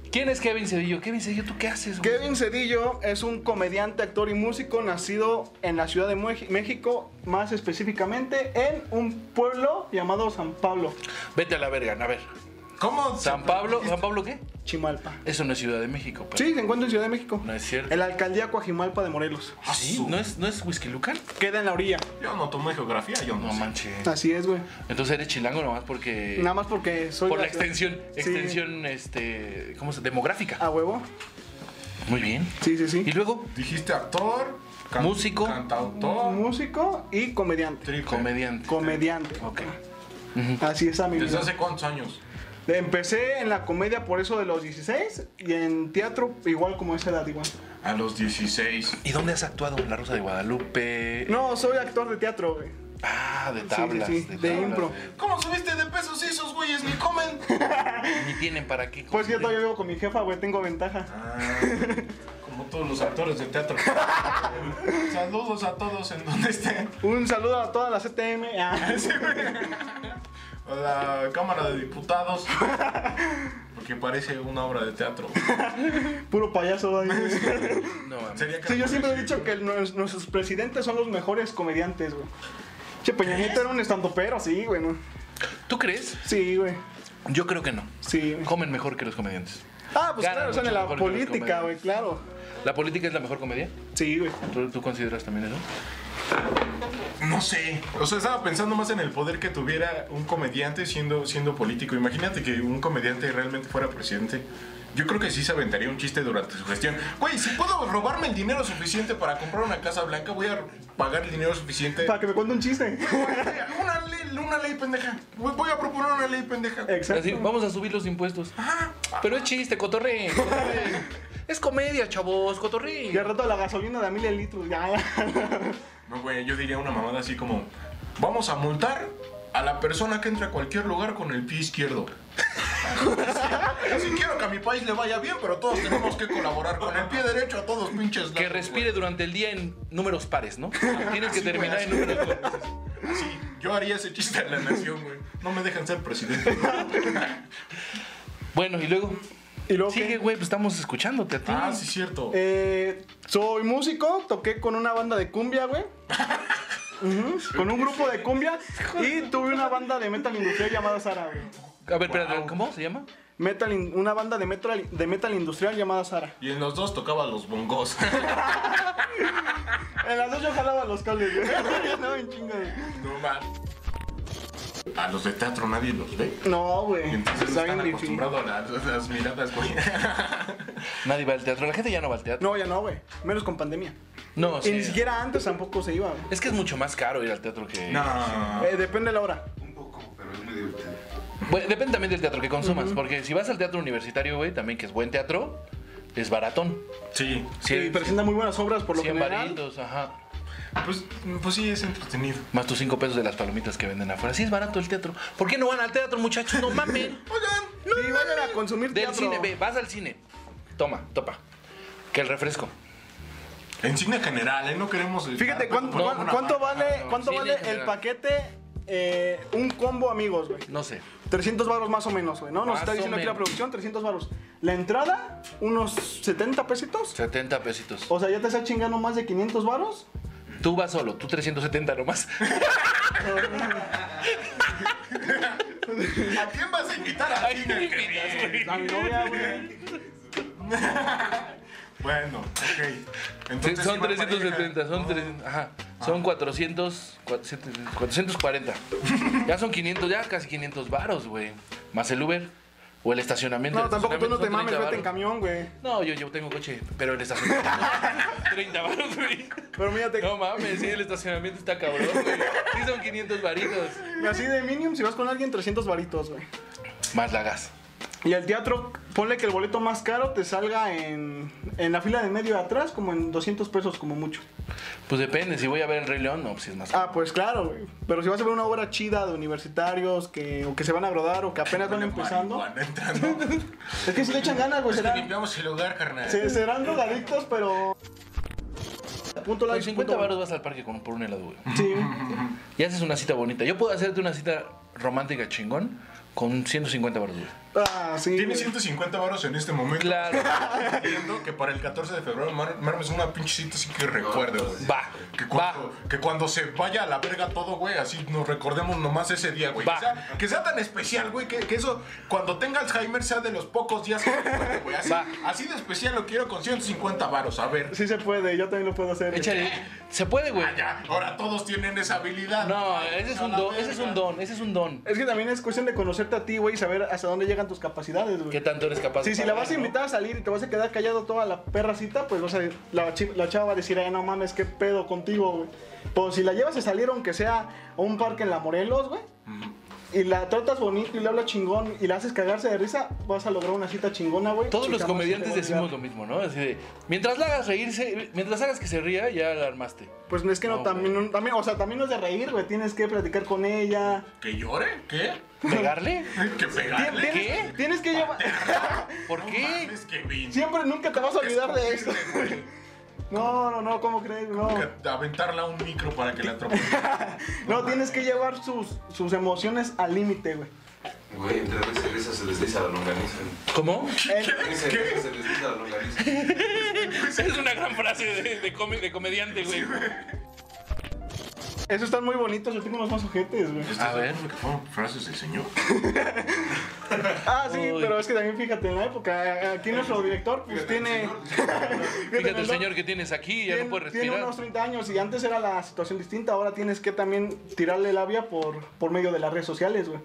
Speaker 5: ¿Quién es Kevin Cedillo? Kevin Cedillo, ¿tú qué haces, güey?
Speaker 4: Kevin Cedillo es un comediante, actor y músico nacido en la Ciudad de Mue- México, más específicamente en un pueblo llamado San Pablo,
Speaker 5: Vete a la verga, a ver.
Speaker 3: ¿Cómo? se-
Speaker 5: San Pablo, ¿San Pablo qué?
Speaker 4: Chimalpa.
Speaker 5: Eso no es Ciudad de México, pero.
Speaker 4: Sí, se encuentra en Ciudad de México.
Speaker 5: No es cierto.
Speaker 4: En la alcaldía Coajimalpa de Morelos.
Speaker 5: ¿Ah, sí? ¿No es, ¿No es Whisky Lucan?
Speaker 4: Queda en la orilla.
Speaker 3: Yo no tomé geografía, yo no,
Speaker 5: No
Speaker 3: sé.
Speaker 5: manches.
Speaker 4: Así es, güey.
Speaker 5: Entonces eres chilango nomás porque.
Speaker 4: Nada más porque soy.
Speaker 5: por la
Speaker 4: ciudad-
Speaker 5: extensión,
Speaker 4: Sí.
Speaker 5: extensión, este, ¿cómo se? Demográfica.
Speaker 4: A huevo.
Speaker 5: Muy bien.
Speaker 4: Sí, sí,
Speaker 5: Y
Speaker 4: sí.
Speaker 5: luego,
Speaker 3: Dijiste actor, can-
Speaker 5: Músico.
Speaker 3: cantautor,
Speaker 4: Músico y comediante.
Speaker 3: triple.
Speaker 5: comediante.
Speaker 4: Comediante.
Speaker 5: Ok.
Speaker 4: Así es, amigo.
Speaker 3: ¿Desde hace cuántos años?
Speaker 4: Empecé en la comedia por eso de los 16 y en teatro igual como esa edad igual.
Speaker 3: A los 16.
Speaker 5: ¿Y dónde has actuado? La Rosa de Guadalupe.
Speaker 4: No, soy actor de teatro, güey.
Speaker 5: Ah, de tablas.
Speaker 4: sí, de
Speaker 5: tablas,
Speaker 4: impro.
Speaker 5: de-
Speaker 3: ¿Cómo subiste de pesos si esos güeyes ni comen?
Speaker 5: Ni tienen para qué.
Speaker 4: Pues yo todavía vivo con mi jefa, güey, tengo ventaja.
Speaker 3: Como todos los actores de teatro. Saludos a todos en donde estén.
Speaker 4: Un saludo a toda la CTM. Ah,
Speaker 3: A la Cámara de Diputados. Porque parece una obra de teatro.
Speaker 4: Puro payaso, güey.
Speaker 5: No, mames.
Speaker 3: Sería
Speaker 4: Sí, yo siempre he dicho que nos- nuestros presidentes son los mejores comediantes, güey. Che, Peña Nieto era un estandopero, sí, güey. ¿no?
Speaker 5: ¿Tú crees?
Speaker 4: Sí, güey.
Speaker 5: Yo creo que no.
Speaker 4: Sí, güey.
Speaker 5: Comen mejor que los comediantes.
Speaker 4: Ah, pues
Speaker 5: Ganan
Speaker 4: claro, son de
Speaker 5: mucho
Speaker 4: la
Speaker 5: mejor que los
Speaker 4: política, güey, claro.
Speaker 5: ¿La política es la mejor comedia?
Speaker 4: Sí, güey.
Speaker 5: ¿Tú, tú consideras también eso?
Speaker 3: No sé. O sea, estaba pensando más en el poder que tuviera un comediante siendo, siendo político. Imagínate que un comediante realmente fuera presidente. Yo creo que sí se aventaría un chiste durante su gestión. Güey, si puedo robarme el dinero suficiente para comprar una casa blanca, voy a pagar el dinero suficiente.
Speaker 4: Para que me cuente un chiste.
Speaker 3: Una ley, una ley pendeja. Voy voy a proponer una ley pendeja.
Speaker 5: Así,
Speaker 4: Exacto.
Speaker 5: vamos a subir los impuestos. Pero es chiste, cotorre. Es comedia, chavos, cotorrín.
Speaker 4: Y al rato la gasolina de a mil litros. Ya,
Speaker 3: No, güey, yo diría una mamada así como: Vamos a multar a la persona que entra a cualquier lugar con el pie izquierdo. Así quiero que a mi país le vaya bien, pero todos tenemos que colaborar con el pie derecho a todos pinches
Speaker 5: Que
Speaker 3: lados,
Speaker 5: respire durante el día en números pares, ¿no? Tienes que terminar en números pares.
Speaker 3: güey. Sí, yo haría ese chiste a la nación, güey. No me dejan ser presidente.
Speaker 5: Bueno, y luego.
Speaker 4: Y luego
Speaker 5: Sigue,
Speaker 4: que,
Speaker 5: güey, pues estamos escuchándote a ti.
Speaker 3: Ah, sí, cierto.
Speaker 4: eh, soy músico, toqué con una banda de cumbia, güey. Ujú, Con un grupo de cumbia y tuve una banda de metal industrial llamada Sara, güey.
Speaker 5: A ver, espérate, ¿cómo se llama?
Speaker 4: Metal, in- una banda de metal, de metal industrial llamada Sara.
Speaker 3: Y en los dos tocaba los bongos.
Speaker 4: En las dos yo jalaba los cables, güey. No, en chinga, güey.
Speaker 3: No man. A los de teatro nadie los ve.
Speaker 4: No, güey.
Speaker 3: Entonces
Speaker 4: Está
Speaker 3: están
Speaker 4: bien difícil.
Speaker 3: acostumbrados a las, a las miradas, güey.
Speaker 5: Nadie va al teatro. La gente ya no va al teatro.
Speaker 4: No, ya no, güey. Menos con pandemia.
Speaker 5: No, Pues sí.
Speaker 4: Y ni siquiera antes tampoco se iba, güey.
Speaker 5: Es que es mucho más caro ir al teatro que.
Speaker 3: No.
Speaker 4: Eh, depende de la hora.
Speaker 7: Un poco, pero es muy divertido.
Speaker 5: Bueno, depende también del teatro que consumas. Porque si vas al teatro universitario, güey, también que es buen teatro, es baratón.
Speaker 3: Sí.
Speaker 5: Sí,
Speaker 4: y presenta muy buenas obras por lo
Speaker 5: 100
Speaker 4: general.
Speaker 5: varitos, ajá.
Speaker 3: Pues, pues sí, es entretenido.
Speaker 5: Más tus 5 pesos de las palomitas que venden afuera. Sí, es barato el teatro. ¿Por qué no van al teatro, muchachos? No mamen.
Speaker 3: Oigan,
Speaker 4: Sí, vayan a consumir
Speaker 5: Del
Speaker 4: teatro.
Speaker 5: cine, ve, vas al cine. Toma, topa. Que el refresco.
Speaker 3: en cine general, ¿eh? No queremos.
Speaker 4: Fíjate, ¿cuánto,
Speaker 3: No,
Speaker 4: cuán-
Speaker 3: una
Speaker 4: cuánto
Speaker 3: marca.
Speaker 4: vale,
Speaker 5: no.
Speaker 4: cuánto
Speaker 5: Sí,
Speaker 4: vale
Speaker 5: en
Speaker 4: el
Speaker 5: general.
Speaker 4: paquete? eh, un combo amigos, güey.
Speaker 5: No sé.
Speaker 4: 300 varos más o menos, güey. No, nos
Speaker 5: Más
Speaker 4: está
Speaker 5: o
Speaker 4: diciendo aquí la
Speaker 5: menos.
Speaker 4: producción, 300 varos. La entrada, unos 70 pesitos.
Speaker 5: 70 pesitos.
Speaker 4: O sea, ya te está chingando más de 500 varos.
Speaker 5: Tú vas solo, tú 370 nomás.
Speaker 3: ¿A quién vas a invitar a
Speaker 5: Ay,
Speaker 3: cine?
Speaker 4: A mi novia, güey.
Speaker 3: Bueno, ok.
Speaker 5: Sí,
Speaker 3: Entonces,
Speaker 5: Son
Speaker 3: sí va
Speaker 5: 370,
Speaker 3: pareja.
Speaker 5: son
Speaker 3: No.
Speaker 5: 300, ajá.
Speaker 4: Ah.
Speaker 5: Son 400, 440. ya son 500, ya casi 500 varos, güey. Más el Uber o el estacionamiento.
Speaker 4: No,
Speaker 5: El
Speaker 4: tampoco tú no te
Speaker 5: estacionamiento son
Speaker 4: mames,
Speaker 5: 30
Speaker 4: vete en
Speaker 5: varos.
Speaker 4: camión, güey.
Speaker 5: No, yo, yo tengo coche, pero el estacionamiento. 30 varos, güey.
Speaker 4: Pero mírate,
Speaker 5: No mames, sí, el estacionamiento está cabrón, güey. Sí, son 500 varitos.
Speaker 4: así de mínimo, si vas con alguien, 300 varitos, güey.
Speaker 5: Más la gas.
Speaker 4: Y al teatro, ponle que el boleto más caro te salga en, en la fila de medio de atrás, como en 200 pesos, como mucho.
Speaker 5: Pues depende, si voy a ver el Rey León, no, pues sí es más caro.
Speaker 4: Ah, pues claro, güey. Pero si vas a ver una obra chida de universitarios que, o que se van a graduar o que apenas van empezando,
Speaker 3: Marihuana entrando.
Speaker 4: es que si le echan ganas, güey. Serán,
Speaker 3: Limpiamos el lugar, carnal.
Speaker 4: se- serán drogadictos, pero. Punto
Speaker 5: Con
Speaker 4: like,
Speaker 5: 50
Speaker 4: punto-
Speaker 5: varos vas al parque con, por un helado, güey.
Speaker 4: Sí.
Speaker 5: Y haces una cita bonita. Yo puedo hacerte una cita romántica chingón con 150 baros, güey.
Speaker 4: Ah, sí.
Speaker 3: Tiene
Speaker 4: güey.
Speaker 3: 150 varos en este momento.
Speaker 5: Claro.
Speaker 3: Entiendo que para el 14 de febrero mar- marmes una pinche cita así que recuerde, güey.
Speaker 5: Va.
Speaker 3: Que
Speaker 5: Va.
Speaker 3: cuando, que cuando se vaya a la verga todo, güey, así nos recordemos nomás ese día, güey.
Speaker 5: Va.
Speaker 3: Que sea, que sea tan especial, güey, que, que eso, cuando tenga Alzheimer, sea de los pocos días que recuerde, güey. Así,
Speaker 5: Va.
Speaker 3: así de especial lo quiero con 150 varos, a ver.
Speaker 4: Sí se puede, yo también lo puedo hacer.
Speaker 5: Échale. Se puede, güey.
Speaker 3: Ah, ya, ahora todos tienen esa habilidad.
Speaker 5: No, ese es
Speaker 3: A
Speaker 5: un
Speaker 3: la
Speaker 5: don, ese es
Speaker 3: verga.
Speaker 5: un don, ese es un don.
Speaker 4: Es que también es cuestión de conocerte a ti, güey, y saber hasta dónde llegan tus capacidades, güey.
Speaker 5: ¿Qué tanto eres capaz?
Speaker 4: Sí,
Speaker 5: de
Speaker 4: si la
Speaker 5: pagar,
Speaker 4: vas a
Speaker 5: no?
Speaker 4: invitar a salir y te vas a quedar callado toda la perra cita, pues vas a, la, chi- la chava va a decir, ay, no mames, qué pedo contigo, güey. Pero si la llevas a salir, aunque sea a un parque en la Morelos, güey, y la tratas bonito y le hablas chingón y la haces cagarse de risa, vas a lograr una cita chingona, güey.
Speaker 5: Todos
Speaker 4: y
Speaker 5: los
Speaker 4: jamás
Speaker 5: comediantes
Speaker 4: se te va a olvidar.
Speaker 5: decimos lo mismo, ¿no? Así de, mientras la hagas reírse, mientras hagas que se ría, ya la armaste.
Speaker 4: Pues es que no,
Speaker 5: No,
Speaker 4: también, no- también, o sea, también no es de reír, güey, tienes que platicar con ella.
Speaker 3: ¿Que llore? ¿Qué?
Speaker 5: ¿Pegarle?
Speaker 3: ¿Que
Speaker 4: Tien-
Speaker 3: pegarle?
Speaker 4: Tienes,
Speaker 5: ¿Qué? Ah,
Speaker 4: tienes que llevar...
Speaker 5: ¿Por
Speaker 3: ¿Qué?
Speaker 5: qué?
Speaker 3: Es que Vin,
Speaker 4: Siempre, nunca te vas a olvidar de esto.
Speaker 3: escupiste, güey.
Speaker 4: No, no, no, ¿cómo crees? No.
Speaker 3: Que Aventarla a un micro para que la atropelle.
Speaker 4: No, tienes que llevar sus, sus emociones al límite, güey.
Speaker 7: Güey, entre risa y risa se desliza la longaniza.
Speaker 5: ¿Cómo?
Speaker 4: Eh,
Speaker 7: Risa y risa se desliza la longaniza.
Speaker 5: Es una gran frase de, de, come- de comediante, güey.
Speaker 4: Esos están muy bonitos, yo tengo unos más ojetes, güey.
Speaker 3: ¿Estás
Speaker 5: A
Speaker 3: de
Speaker 5: ver.
Speaker 3: acuerdo que fueron frases del señor?
Speaker 4: Ah, sí,
Speaker 5: Uy.
Speaker 4: pero es que también fíjate, en la época, eh, aquí nuestro director, pues tiene.
Speaker 5: Fíjate el señor que tienes aquí, ya
Speaker 4: tiene,
Speaker 5: no puede
Speaker 4: tiene
Speaker 5: respirar.
Speaker 4: unos 30 años y antes era la situación distinta, ahora tienes que también tirarle labia por, por medio de las redes sociales, güey.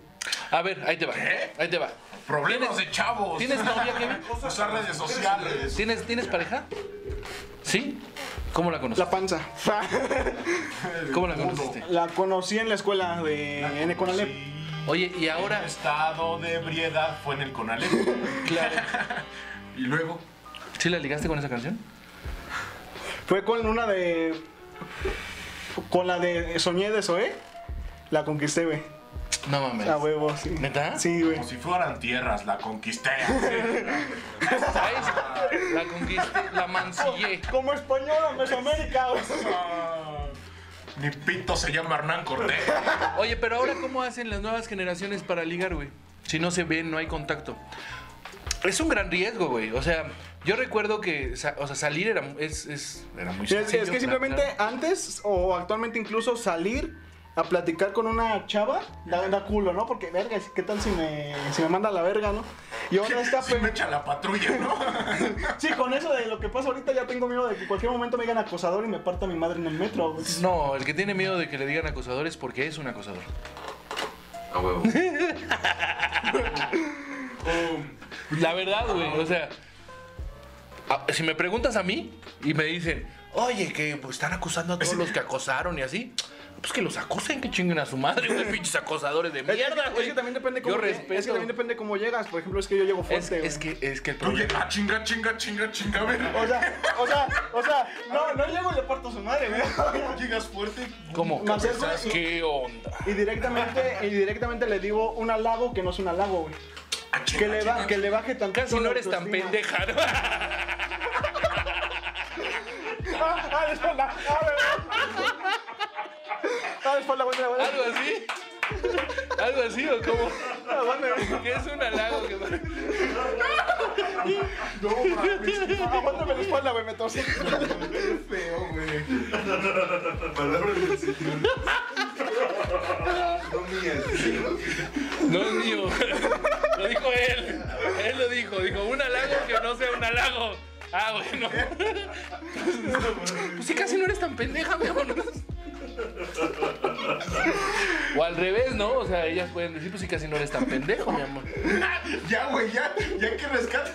Speaker 5: A ver, ahí te va. Ahí te va.
Speaker 3: Problemas de chavos.
Speaker 5: ¿Tienes novia, Kevin?
Speaker 3: Usar redes sociales.
Speaker 5: ¿Tienes, ¿Tienes pareja? ¿Sí? ¿Cómo la conoces?
Speaker 4: La panza.
Speaker 5: ¿Cómo la conociste?
Speaker 4: la conocí en la escuela de N Conalep.
Speaker 5: Oye, y
Speaker 3: Ahora.
Speaker 5: ahora,
Speaker 3: Estado de ebriedad fue en el Conalep.
Speaker 5: claro,
Speaker 3: y luego.
Speaker 5: ¿Sí la ligaste con esa canción?
Speaker 4: Fue con una de. Con la de Soñé de Zoé. La conquisté, güey.
Speaker 5: No mames.
Speaker 4: A huevo, sí.
Speaker 5: ¿Neta?
Speaker 4: Sí, güey.
Speaker 3: Como si fueran tierras, la conquisté.
Speaker 5: ¿Sabes? La conquisté, la mancillé.
Speaker 4: Como española, Mesoamérica, güey.
Speaker 3: Mi pito se llama Hernán Cortés.
Speaker 5: Oye, pero ahora, ¿cómo hacen las nuevas generaciones para ligar, güey? Si no se ven, no hay contacto. Es un gran riesgo, güey. O sea, yo recuerdo que sa- o sea, salir era, mu- es, es- era muy
Speaker 4: Es, es
Speaker 5: sencillo,
Speaker 4: que
Speaker 5: claro,
Speaker 4: simplemente
Speaker 5: claro.
Speaker 4: antes o actualmente incluso salir a platicar con una chava da, da culo, ¿no? Porque, verga, ¿qué tal si me, si me manda a la verga, no? Y ahora está
Speaker 3: Si me echa la patrulla, ¿no?
Speaker 4: Sí, con eso de lo que pasa ahorita ya tengo miedo de que cualquier momento me digan acosador y me parta mi madre en el metro. güey.
Speaker 5: No, el que tiene miedo de que le digan acosador es porque es un acosador.
Speaker 7: A huevo.
Speaker 5: La verdad, güey, o sea, a- si me preguntas a mí y me dicen, oye, que pues, están acusando a todos los que acosaron y así, pues que los acusen, que chinguen a su madre, güey, pinches acosadores de
Speaker 4: Es que-
Speaker 5: mierda,
Speaker 4: es
Speaker 5: güey.
Speaker 4: que también depende
Speaker 5: Yo
Speaker 4: cómo llegas.
Speaker 5: respeto.
Speaker 4: Es que también depende cómo llegas. Por ejemplo, es que yo llego fuerte,
Speaker 5: Es,
Speaker 4: güey.
Speaker 5: es que, es que el
Speaker 3: Oye,
Speaker 5: problema.
Speaker 3: ah, chinga, chinga, chinga, chinga, a
Speaker 4: O
Speaker 3: ver.
Speaker 4: sea, o sea, o sea, no, no llego y le parto a su madre, güey.
Speaker 3: Llegas fuerte.
Speaker 5: ¿Cómo?
Speaker 4: No, o sea, es-
Speaker 5: ¿Qué onda?
Speaker 4: Y directamente, y directamente le digo un halago que no es un halago, güey.
Speaker 3: Ah, chinga,
Speaker 4: Que le, ba-
Speaker 3: chinga.
Speaker 4: que le baje tan
Speaker 5: Casi no eres tan pendeja. ¿no?
Speaker 4: Ah, ah, de espalda. Ah, de- Ah, de espalda, buena, buena.
Speaker 5: ¿Algo así? ¿Algo así o cómo? Que es un halago que...
Speaker 3: No, mames.
Speaker 4: Ah, Aguántame la espalda, güey, me tosí.
Speaker 3: Feo, güey.
Speaker 7: Palabras del señor. No mías.
Speaker 5: No es mío. Lo dijo él. Él lo dijo. Dijo, un halago que no sea un halago. Ah, bueno. Pues sí, casi no eres tan pendeja, mi amor. O al revés, ¿no? O sea, ellas pueden decir, pues sí, casi no eres tan pendejo, mi amor.
Speaker 3: Ya, güey, ya. Ya que rescates.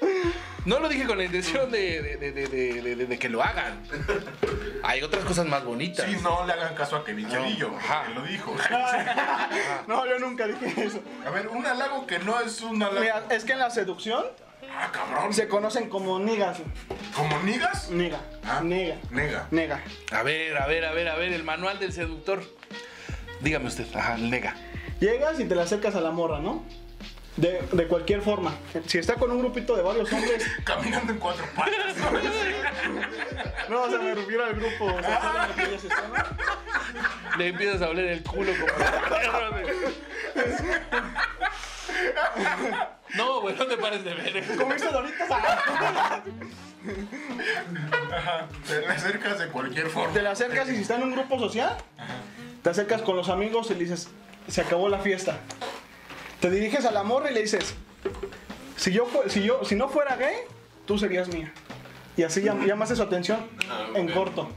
Speaker 3: güey.
Speaker 5: No lo dije con la intención de, de- de- de- de- de- de- de que lo hagan. Hay otras cosas más bonitas.
Speaker 3: Sí, no le hagan caso a Kevin Chavillo.
Speaker 5: Ajá. Ah.
Speaker 3: Que lo dijo.
Speaker 4: No, yo nunca dije eso.
Speaker 3: A ver, un halago que no es un halago.
Speaker 4: Mira, es que en la seducción
Speaker 3: Ah, cabrón.
Speaker 4: se conocen como nigas. güey.
Speaker 3: ¿Como nigas?
Speaker 4: Niga,
Speaker 3: Ah,
Speaker 4: nega,
Speaker 3: Nega.
Speaker 4: nega.
Speaker 5: A ver, a ver, a ver, a ver, el manual del seductor. Dígame usted, ajá, el nega.
Speaker 4: Llegas y te la acercas a la morra, ¿no? De, de cualquier forma. Si está con un grupito de varios hombres,
Speaker 3: Caminando en cuatro patas. ¿no?
Speaker 4: no, se me refiero al grupo. o sea,
Speaker 5: Ah.
Speaker 4: saben lo que ellos están, ¿no?
Speaker 5: Le empiezas a oler el culo como perro, güey. No, güey, no te pares de ver.
Speaker 4: ¿Comiste doritos? Ah.
Speaker 3: Te le acercas de cualquier forma.
Speaker 4: Te la acercas y si está en un grupo social, te acercas con los amigos y le dices, se acabó la fiesta. Te diriges a la morra y le dices, si yo, fu- si yo si no fuera gay, tú serías mía. Y así llam- llamas su atención en corto.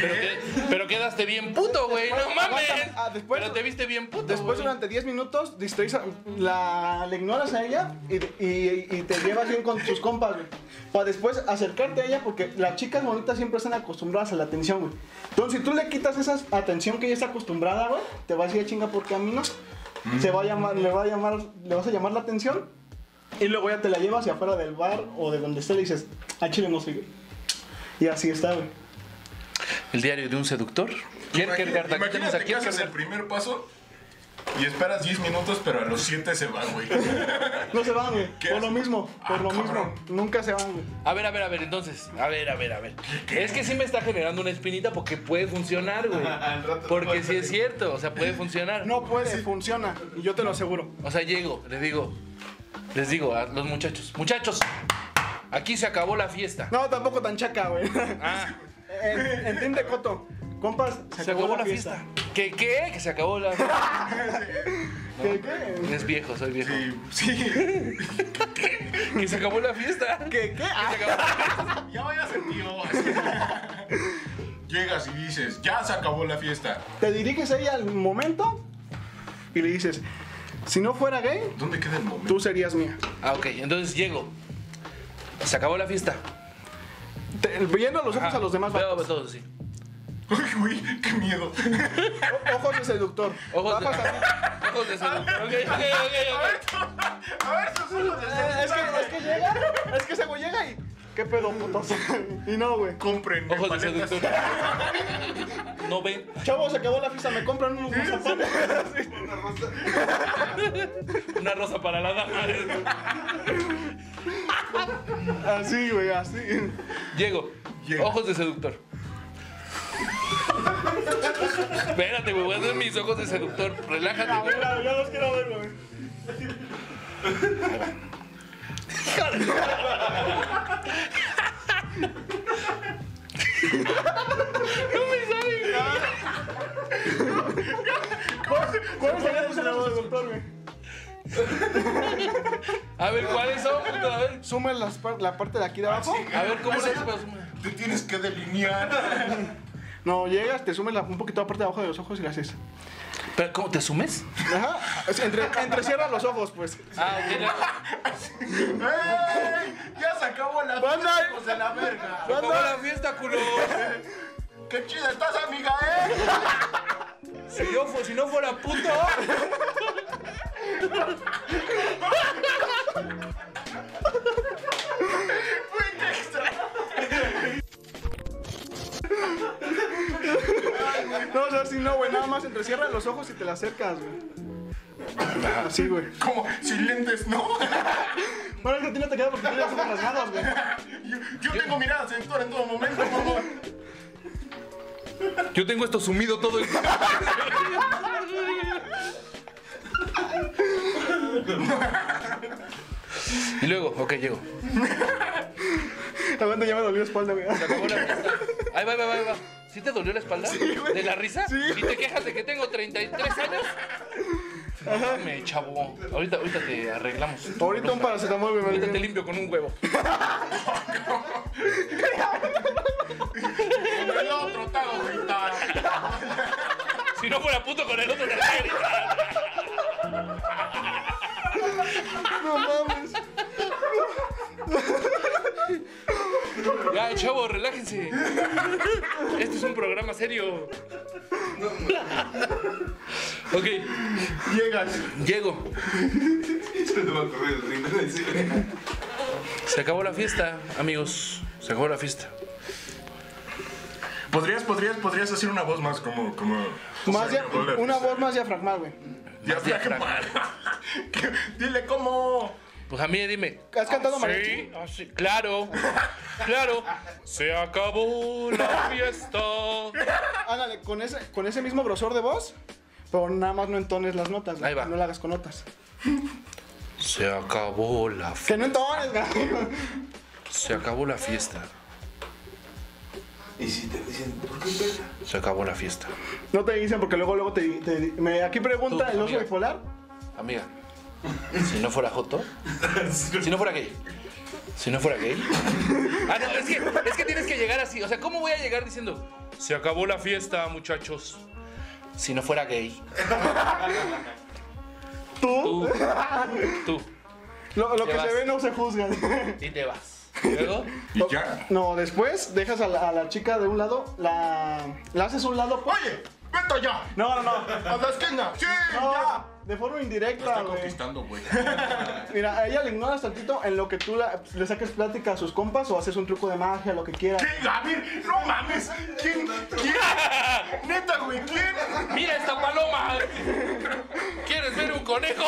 Speaker 5: Pero, que- pero quedaste bien puto, güey. No mames.
Speaker 4: Aguanta, ah, después-
Speaker 5: pero te viste bien puto.
Speaker 4: Después,
Speaker 5: güey.
Speaker 4: durante 10 minutos, distraes a- la, la ignoras a ella y, y- y te llevas bien con tus compas, güey. Para después acercarte a ella, porque las chicas bonitas siempre están acostumbradas a la atención, güey. Entonces, si tú le quitas esa atención que ella está acostumbrada, güey, te vas a ir a chinga por camino. Se va a llamar, le va a llamar, le vas a llamar la atención. Y luego ya te la llevas hacia afuera del bar o de donde esté, le dices, ah, chile, no soy gay". Y así está, güey.
Speaker 5: El diario de un seductor. Kierkegaard,
Speaker 3: Imagínate
Speaker 5: aquí tenemos a
Speaker 3: que haces el
Speaker 5: Kierkegaard.
Speaker 3: primer paso y esperas 10 minutos, pero a los 7 se va, güey.
Speaker 4: No se van, güey.
Speaker 3: ¿Qué
Speaker 4: Por lo
Speaker 3: haces?
Speaker 4: mismo, por
Speaker 3: Ah,
Speaker 4: lo mismo.
Speaker 3: cabrón.
Speaker 4: Nunca se van, güey.
Speaker 5: A ver, a ver, a ver, entonces. A ver, a ver, a ver. Es que sí me está generando una espinita porque puede funcionar, güey.
Speaker 7: Al rato
Speaker 5: Porque
Speaker 7: pasa.
Speaker 5: sí es cierto, o sea, puede funcionar.
Speaker 4: No puede, funciona. Y yo te lo aseguro.
Speaker 5: O sea, llego, les digo, les digo a los muchachos, muchachos, aquí se acabó la fiesta.
Speaker 4: No, tampoco tan chaca, güey.
Speaker 5: Ah,
Speaker 4: Eh, En, en Tinte Coto. Compas,
Speaker 5: se acabó, la fiesta. ¿Qué qué? Que se acabó la fiesta.
Speaker 4: ¿Qué, qué?
Speaker 5: Es viejo, soy viejo.
Speaker 3: Sí, sí.
Speaker 5: Que se acabó la fiesta.
Speaker 4: ¿Qué, qué? Ah,
Speaker 5: Que se acabó-
Speaker 3: Ya vaya sentido. Llegas y dices, ya se acabó la fiesta.
Speaker 4: te diriges a ella al momento y le dices, si no fuera gay,
Speaker 3: ¿Dónde queda el momento?
Speaker 4: tú serías mía.
Speaker 5: Ah, ok, entonces llego. Se acabó la fiesta.
Speaker 4: Te- viendo los ojos
Speaker 5: Ajá.
Speaker 4: a los demás
Speaker 5: Veo
Speaker 4: vatos.
Speaker 5: a todos así.
Speaker 3: Ay, güey, qué miedo.
Speaker 4: O- Ojos de seductor.
Speaker 5: Ojos de-
Speaker 4: Bajas a-
Speaker 5: Ojos de seductor. Ok, ok,
Speaker 3: A
Speaker 5: ok,
Speaker 3: ver, a ver, sus ojos de
Speaker 4: Eh, Es que, es que llega. Es que ese güey llega y. ¿Qué pedo, putos? Y no, güey.
Speaker 3: Compren
Speaker 5: ok. Ojos de
Speaker 3: paletas.
Speaker 5: seductor. No ven.
Speaker 4: Chavos, se acabó la fiesta, me compran unos mazapanes. Sí.
Speaker 5: Una rosa para la dama.
Speaker 4: Así, güey, así.
Speaker 5: Llego.
Speaker 3: Llega.
Speaker 5: Ojos de seductor. Espérate, güey, voy a hacer mis ojos de seductor. Relájate, güey.
Speaker 4: Mira, yo los quiero ver, güey. ¿Cuáles serían tus ojos de seductor, güey?
Speaker 5: A ver, ¿cuáles son? puto? A ver,
Speaker 4: Suma las par- la parte de aquí de abajo.
Speaker 5: a ver ¿cómo se hace?
Speaker 3: Te tienes que delinear.
Speaker 4: No, llegas, te sumes la- un poquito la parte de abajo de los ojos y la haces.
Speaker 5: ¿Pero cómo te sumes?
Speaker 4: Ajá. Es entre, entrecierra los ojos, pues.
Speaker 5: Ah, ok, ya.
Speaker 3: ¡Ey! Ya se acabó la fiesta, hijos de la verga.
Speaker 5: Acabó la fiesta, culo.
Speaker 3: ¡Qué chida estás, amiga, eh!
Speaker 5: Si, yo fu- si no fuera puto.
Speaker 4: No, o sea, si no, güey, nada más entrecierra los ojos y te la acercas, güey. Así, güey.
Speaker 3: Como sin lentes, ¿no?
Speaker 4: Bueno, es que a ti no te queda porque tienes los ojos rasgados, güey.
Speaker 3: Yo, yo tengo mirada seductora en todo momento, por favor.
Speaker 5: Yo tengo esto sumido todo el Y luego, ok, llego.
Speaker 4: Aguanta, ya me dolió la espalda, güey.
Speaker 5: Acabó la fiesta. Ahí va, ahí va, ahí va. ¿Sí te dolió la espalda?
Speaker 4: güey.
Speaker 5: ¿De la risa?
Speaker 4: Sí,
Speaker 5: ¿Y te quejas de que tengo 33 años? No mames, chavo. Ahorita, ahorita te arreglamos.
Speaker 4: Ahorita un paracetamol, güey. me
Speaker 5: Ahorita te
Speaker 4: olvidé.
Speaker 5: limpio con un huevo.
Speaker 3: Con el otro te hago gritar.
Speaker 5: Si no fuera puto con el otro te haría gritar.
Speaker 4: No mames.
Speaker 5: Ya, chavo, relájense. Este es un programa serio. Ok,
Speaker 3: Llegas.
Speaker 5: llego.
Speaker 7: Se te va a correr el rincón encima.
Speaker 5: Se acabó la fiesta, amigos. Se acabó la fiesta.
Speaker 3: ¿Podrías, podrías, podrías hacer una voz más como... como
Speaker 4: Más
Speaker 3: José
Speaker 4: dia-
Speaker 3: Gabriel?
Speaker 4: una voz más diafragmal, güey.
Speaker 3: Ya, ya, que que- Dile cómo...
Speaker 5: Pues a mí dime.
Speaker 4: ¿Has cantado mariachi?
Speaker 5: Ah, Sí, así, claro. Claro. Se acabó la fiesta.
Speaker 4: Ándale, con ese, con ese mismo grosor de voz, pero nada más no entones las notas. güey.
Speaker 5: Ahí va.
Speaker 4: No la hagas con notas.
Speaker 5: Se acabó la fiesta.
Speaker 4: Que no entones, güey.
Speaker 5: Se acabó la fiesta.
Speaker 7: Y si te dicen, ¿por qué pena?
Speaker 5: Se acabó la fiesta.
Speaker 4: No te dicen porque luego, luego te. te- me- aquí pregunta
Speaker 5: Tú,
Speaker 4: el oso
Speaker 5: amiga.
Speaker 4: bipolar.
Speaker 5: Amiga, si no fuera Joto, si no fuera gay, si no fuera gay. Ah, no, es que, es que tienes que llegar así. O sea, ¿cómo voy a llegar diciendo? Se acabó la fiesta, muchachos. Si no fuera gay.
Speaker 4: Tú,
Speaker 5: Tú, tú,
Speaker 4: lo, lo que
Speaker 5: te
Speaker 4: se
Speaker 5: vas.
Speaker 4: ve no se juzga. güey.
Speaker 5: y te vas. Luego,
Speaker 3: Y ya.
Speaker 4: No, después dejas a la, a la chica de un lado, la, la haces a un lado. pues.
Speaker 3: Oye, vete ya.
Speaker 4: No, no, no.
Speaker 3: A la esquina. Sí,
Speaker 4: No,
Speaker 3: ya.
Speaker 4: de forma indirecta, güey.
Speaker 3: güey.
Speaker 4: Mira, a ella le ignoras tantito en lo que tú la- le saques plática a sus compas o haces un truco de magia, lo que quieras.
Speaker 3: ¿Qué, Gabriel? No mames. ¿Quién? ¿Quién? Neta, güey, ¿quién?
Speaker 5: mira esta paloma. ¿Quieres ver un conejo?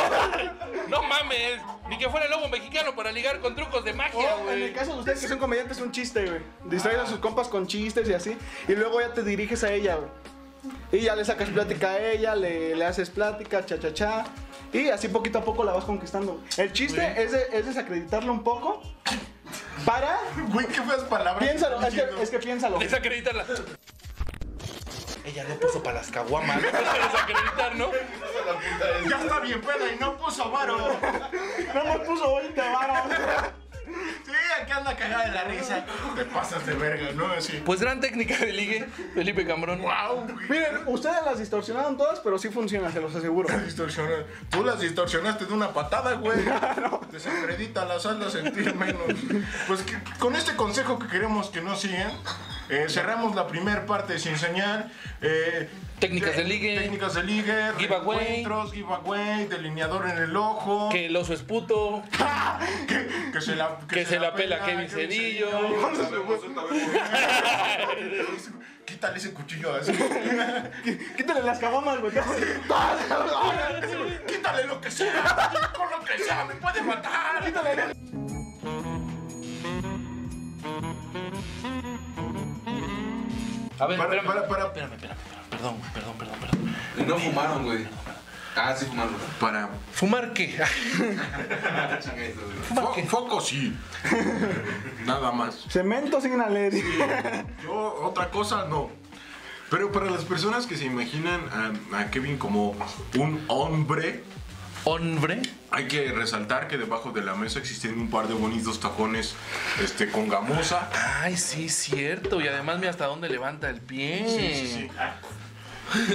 Speaker 5: No mames. Ni que fuera el lobo mexicano para ligar con trucos de magia,
Speaker 3: Oh,
Speaker 4: O en
Speaker 3: eh.
Speaker 5: güey.
Speaker 4: el caso de ustedes que son comediantes, un chiste, güey. Distraes a sus compas con chistes y así. Y luego ya te diriges a ella, güey. Y ya le sacas plática a ella, le, le haces plática, cha, cha, cha. Y así poquito a poco la vas conquistando. güey. El chiste es, de- es desacreditarla un poco para...
Speaker 3: Güey, qué feas palabras.
Speaker 4: Piénsalo, es
Speaker 3: Diciendo.
Speaker 4: que, es que piénsalo.
Speaker 5: Desacreditarla. Ella no puso para las caguamas. No puso desacreditar, ¿no?
Speaker 3: Ya está bien peda y no puso varo.
Speaker 4: No me puso hoy te vara.
Speaker 3: Sí, aquí anda cagada de la risa. Te pasas de verga, ¿no? Así.
Speaker 5: Pues gran técnica de ligue, Felipe Cambrón.
Speaker 3: ¡Wow!
Speaker 4: Miren, ustedes las distorsionaron todas, pero sí funciona, se los aseguro.
Speaker 3: Distorsiona- Tú las distorsionaste de una patada, güey. Desacredita las hazlas sentir menos. Pues que- con este consejo que queremos que no sigan, Eh, cerramos la primera parte sin señal. Eh,
Speaker 5: Técnicas de ligue.
Speaker 3: Técnicas de ligue.
Speaker 5: Giveaway.
Speaker 3: reencuentros, giveaway, delineador en el ojo.
Speaker 5: Que el oso es puto.
Speaker 3: Que, que se la,
Speaker 5: que se la pela Kevin Cedillo.
Speaker 7: Sabemos otra vez.
Speaker 3: Quítale ese cuchillo así.
Speaker 4: Quítale las caguamas, güey.
Speaker 3: Quítale lo que sea. Con lo que sea, me puede matar.
Speaker 5: A ver,
Speaker 3: Para,
Speaker 5: espérame.
Speaker 3: para, para.
Speaker 5: Espérame, espérame, espérame. Perdón, güey, perdón, perdón, perdón.
Speaker 7: No fumaron, güey. Ah, sí fumaron. Ah,
Speaker 3: Para.
Speaker 5: ¿Fumar qué? Ah,
Speaker 7: Chinga eso, güey.
Speaker 5: ¿Fumar qué?
Speaker 3: foco sí. Nada más.
Speaker 4: Cemento sin alergia.
Speaker 3: Yo otra cosa no. Pero para las personas que se imaginan a, a Kevin como un hombre,
Speaker 5: ¿Hombre?
Speaker 3: hay que resaltar que debajo de la mesa existen un par de bonitos tacones este, con gamuza.
Speaker 5: Ay, sí, cierto. Y además, mira hasta dónde levanta el pie.
Speaker 3: Sí, sí,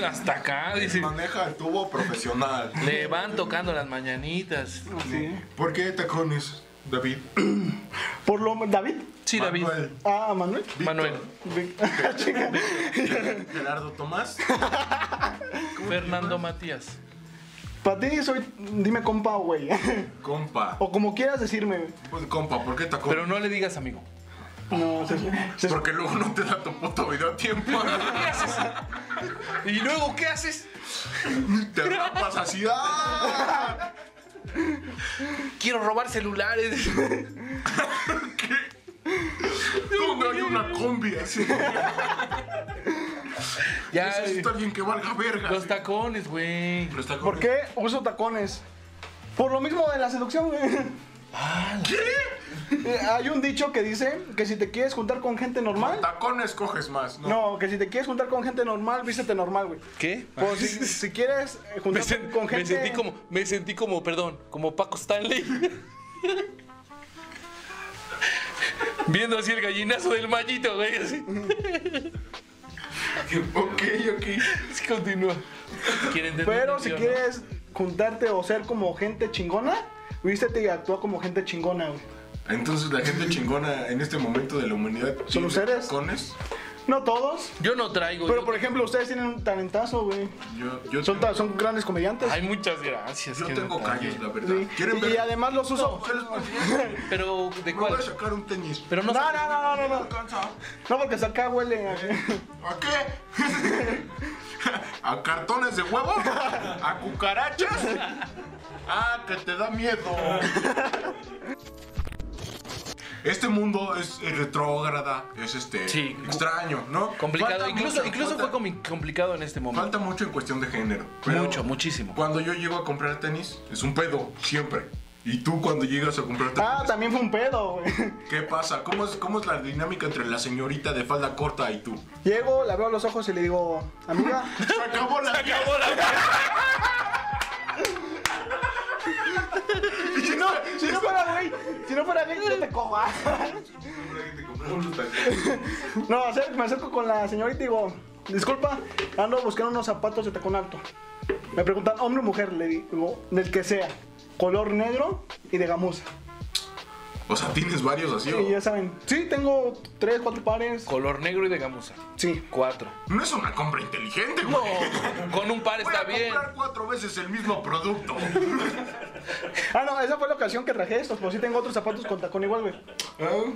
Speaker 5: Hasta acá,
Speaker 3: sí.
Speaker 5: dice.
Speaker 3: Maneja el tubo profesional.
Speaker 5: Le van tocando las mañanitas.
Speaker 4: Sí.
Speaker 3: ¿Por qué tacones, David?
Speaker 4: Por lo David.
Speaker 5: Sí, David.
Speaker 3: Manuel,
Speaker 4: Ah, Manuel.
Speaker 5: Manuel.
Speaker 4: Vic- Chinga.
Speaker 3: Gerardo Tomás.
Speaker 5: Fernando Matías.
Speaker 4: Para ti soy, dime compa, güey.
Speaker 3: Compa.
Speaker 4: O como quieras decirme. güey.
Speaker 3: Pues, compa, ¿por qué tacones?
Speaker 5: Pero no le digas amigo.
Speaker 4: No, se, se-
Speaker 3: Porque luego no te da tu puto video a tiempo.
Speaker 5: ¿Y luego qué haces?
Speaker 3: te rapas así. ¡ah!
Speaker 5: Quiero robar celulares.
Speaker 3: ¿Dónde hay una combi así?
Speaker 5: Ya, eh,
Speaker 3: Necesito alguien que valga verga.
Speaker 5: los tacones, güey.
Speaker 3: Pero está
Speaker 4: ¿Por qué uso tacones? Por lo mismo de la seducción, güey.
Speaker 5: Ah,
Speaker 4: Eh, Hay un dicho que dice que si te quieres juntar con gente normal.
Speaker 3: Tacones coges más, ¿no?
Speaker 4: No, que si te quieres juntar con gente normal, vístete normal, güey.
Speaker 5: ¿Qué?
Speaker 4: O si, si quieres eh,
Speaker 5: Ah. Me,
Speaker 4: juntarte
Speaker 5: sen-
Speaker 4: Pues con
Speaker 5: me
Speaker 4: gente.
Speaker 5: sentí como, me sentí como, perdón, como Paco Stanley. Viendo así el gallinazo del mallito, güey. Así,
Speaker 3: Ok, ok.
Speaker 5: así continúa. ¿Quieren entender?
Speaker 4: Pero si
Speaker 5: ¿Sí o no?
Speaker 4: quieres juntarte o ser como gente chingona, vístete y actúa como gente chingona, güey.
Speaker 3: Entonces la gente chingona en este momento de la humanidad.
Speaker 4: ¿Son los seres?
Speaker 3: Tacones.
Speaker 4: No todos,
Speaker 5: Yo no traigo.
Speaker 4: pero
Speaker 5: yo-
Speaker 4: por ejemplo, ustedes tienen un talentazo, güey.
Speaker 3: Yo, yo
Speaker 4: Son, ta- son grandes comediantes.
Speaker 5: Ay, muchas gracias.
Speaker 3: yo
Speaker 5: que
Speaker 3: tengo
Speaker 5: no traigo.
Speaker 3: callos, la verdad.
Speaker 4: Sí.
Speaker 3: ¿Quieren
Speaker 4: Y
Speaker 3: ver?
Speaker 4: además los uso.
Speaker 3: Se los puedo enseñar.
Speaker 5: Pero, ¿de
Speaker 3: Me voy a
Speaker 5: cuál?
Speaker 3: sacar un tenis.
Speaker 5: Pero no,
Speaker 4: No, no, no, no, no, no.
Speaker 3: Alcanza.
Speaker 4: No, porque hasta acá huele. a-
Speaker 3: ¿A qué? ¿A cartones de huevo? ¿A cucarachas? Ah, que te da miedo. Este mundo es eh, retrógrada, es este
Speaker 5: Sí.
Speaker 3: extraño, ¿no?
Speaker 5: complicado.
Speaker 3: Falta
Speaker 5: incluso
Speaker 3: mucho,
Speaker 5: incluso
Speaker 3: falta-
Speaker 5: fue comi- complicado en este momento.
Speaker 3: Falta mucho en cuestión de género.
Speaker 5: Mucho, muchísimo.
Speaker 3: Cuando yo llego a comprar tenis, es un pedo, siempre. Y tú cuando llegas a comprar tenis,
Speaker 4: Ah, también fue un pedo, güey.
Speaker 3: ¿qué pasa? ¿Cómo es, ¿Cómo es la dinámica entre la señorita de falda corta y tú?
Speaker 4: Llego, la veo a los ojos y le digo, amiga,
Speaker 3: Se acabó la
Speaker 5: Acabó la-
Speaker 4: si no, si no fuera güey, si no fuera gay, yo te cojo. ah.
Speaker 7: Seguro que te compraron unos tacones.
Speaker 4: No, acer- me acerco con la señorita y digo, disculpa, ando buscando unos zapatos de tacón alto. Me preguntan, hombre o mujer, le digo, del que sea, color negro y de gamuza.
Speaker 3: O sea, tienes varios así.
Speaker 4: Y
Speaker 3: o-
Speaker 4: ya saben, sí, tengo tres, cuatro pares.
Speaker 5: Color negro y de gamuza.
Speaker 4: Sí.
Speaker 5: Cuatro.
Speaker 3: No es una compra inteligente, güey.
Speaker 5: No, con un par
Speaker 3: Voy
Speaker 5: está
Speaker 3: a
Speaker 5: bien.
Speaker 3: comprar cuatro veces el mismo producto.
Speaker 4: Ah, no, esa fue la ocasión que traje estos, pero sí tengo otros zapatos con tacón igual, güey.
Speaker 3: ¿Ah?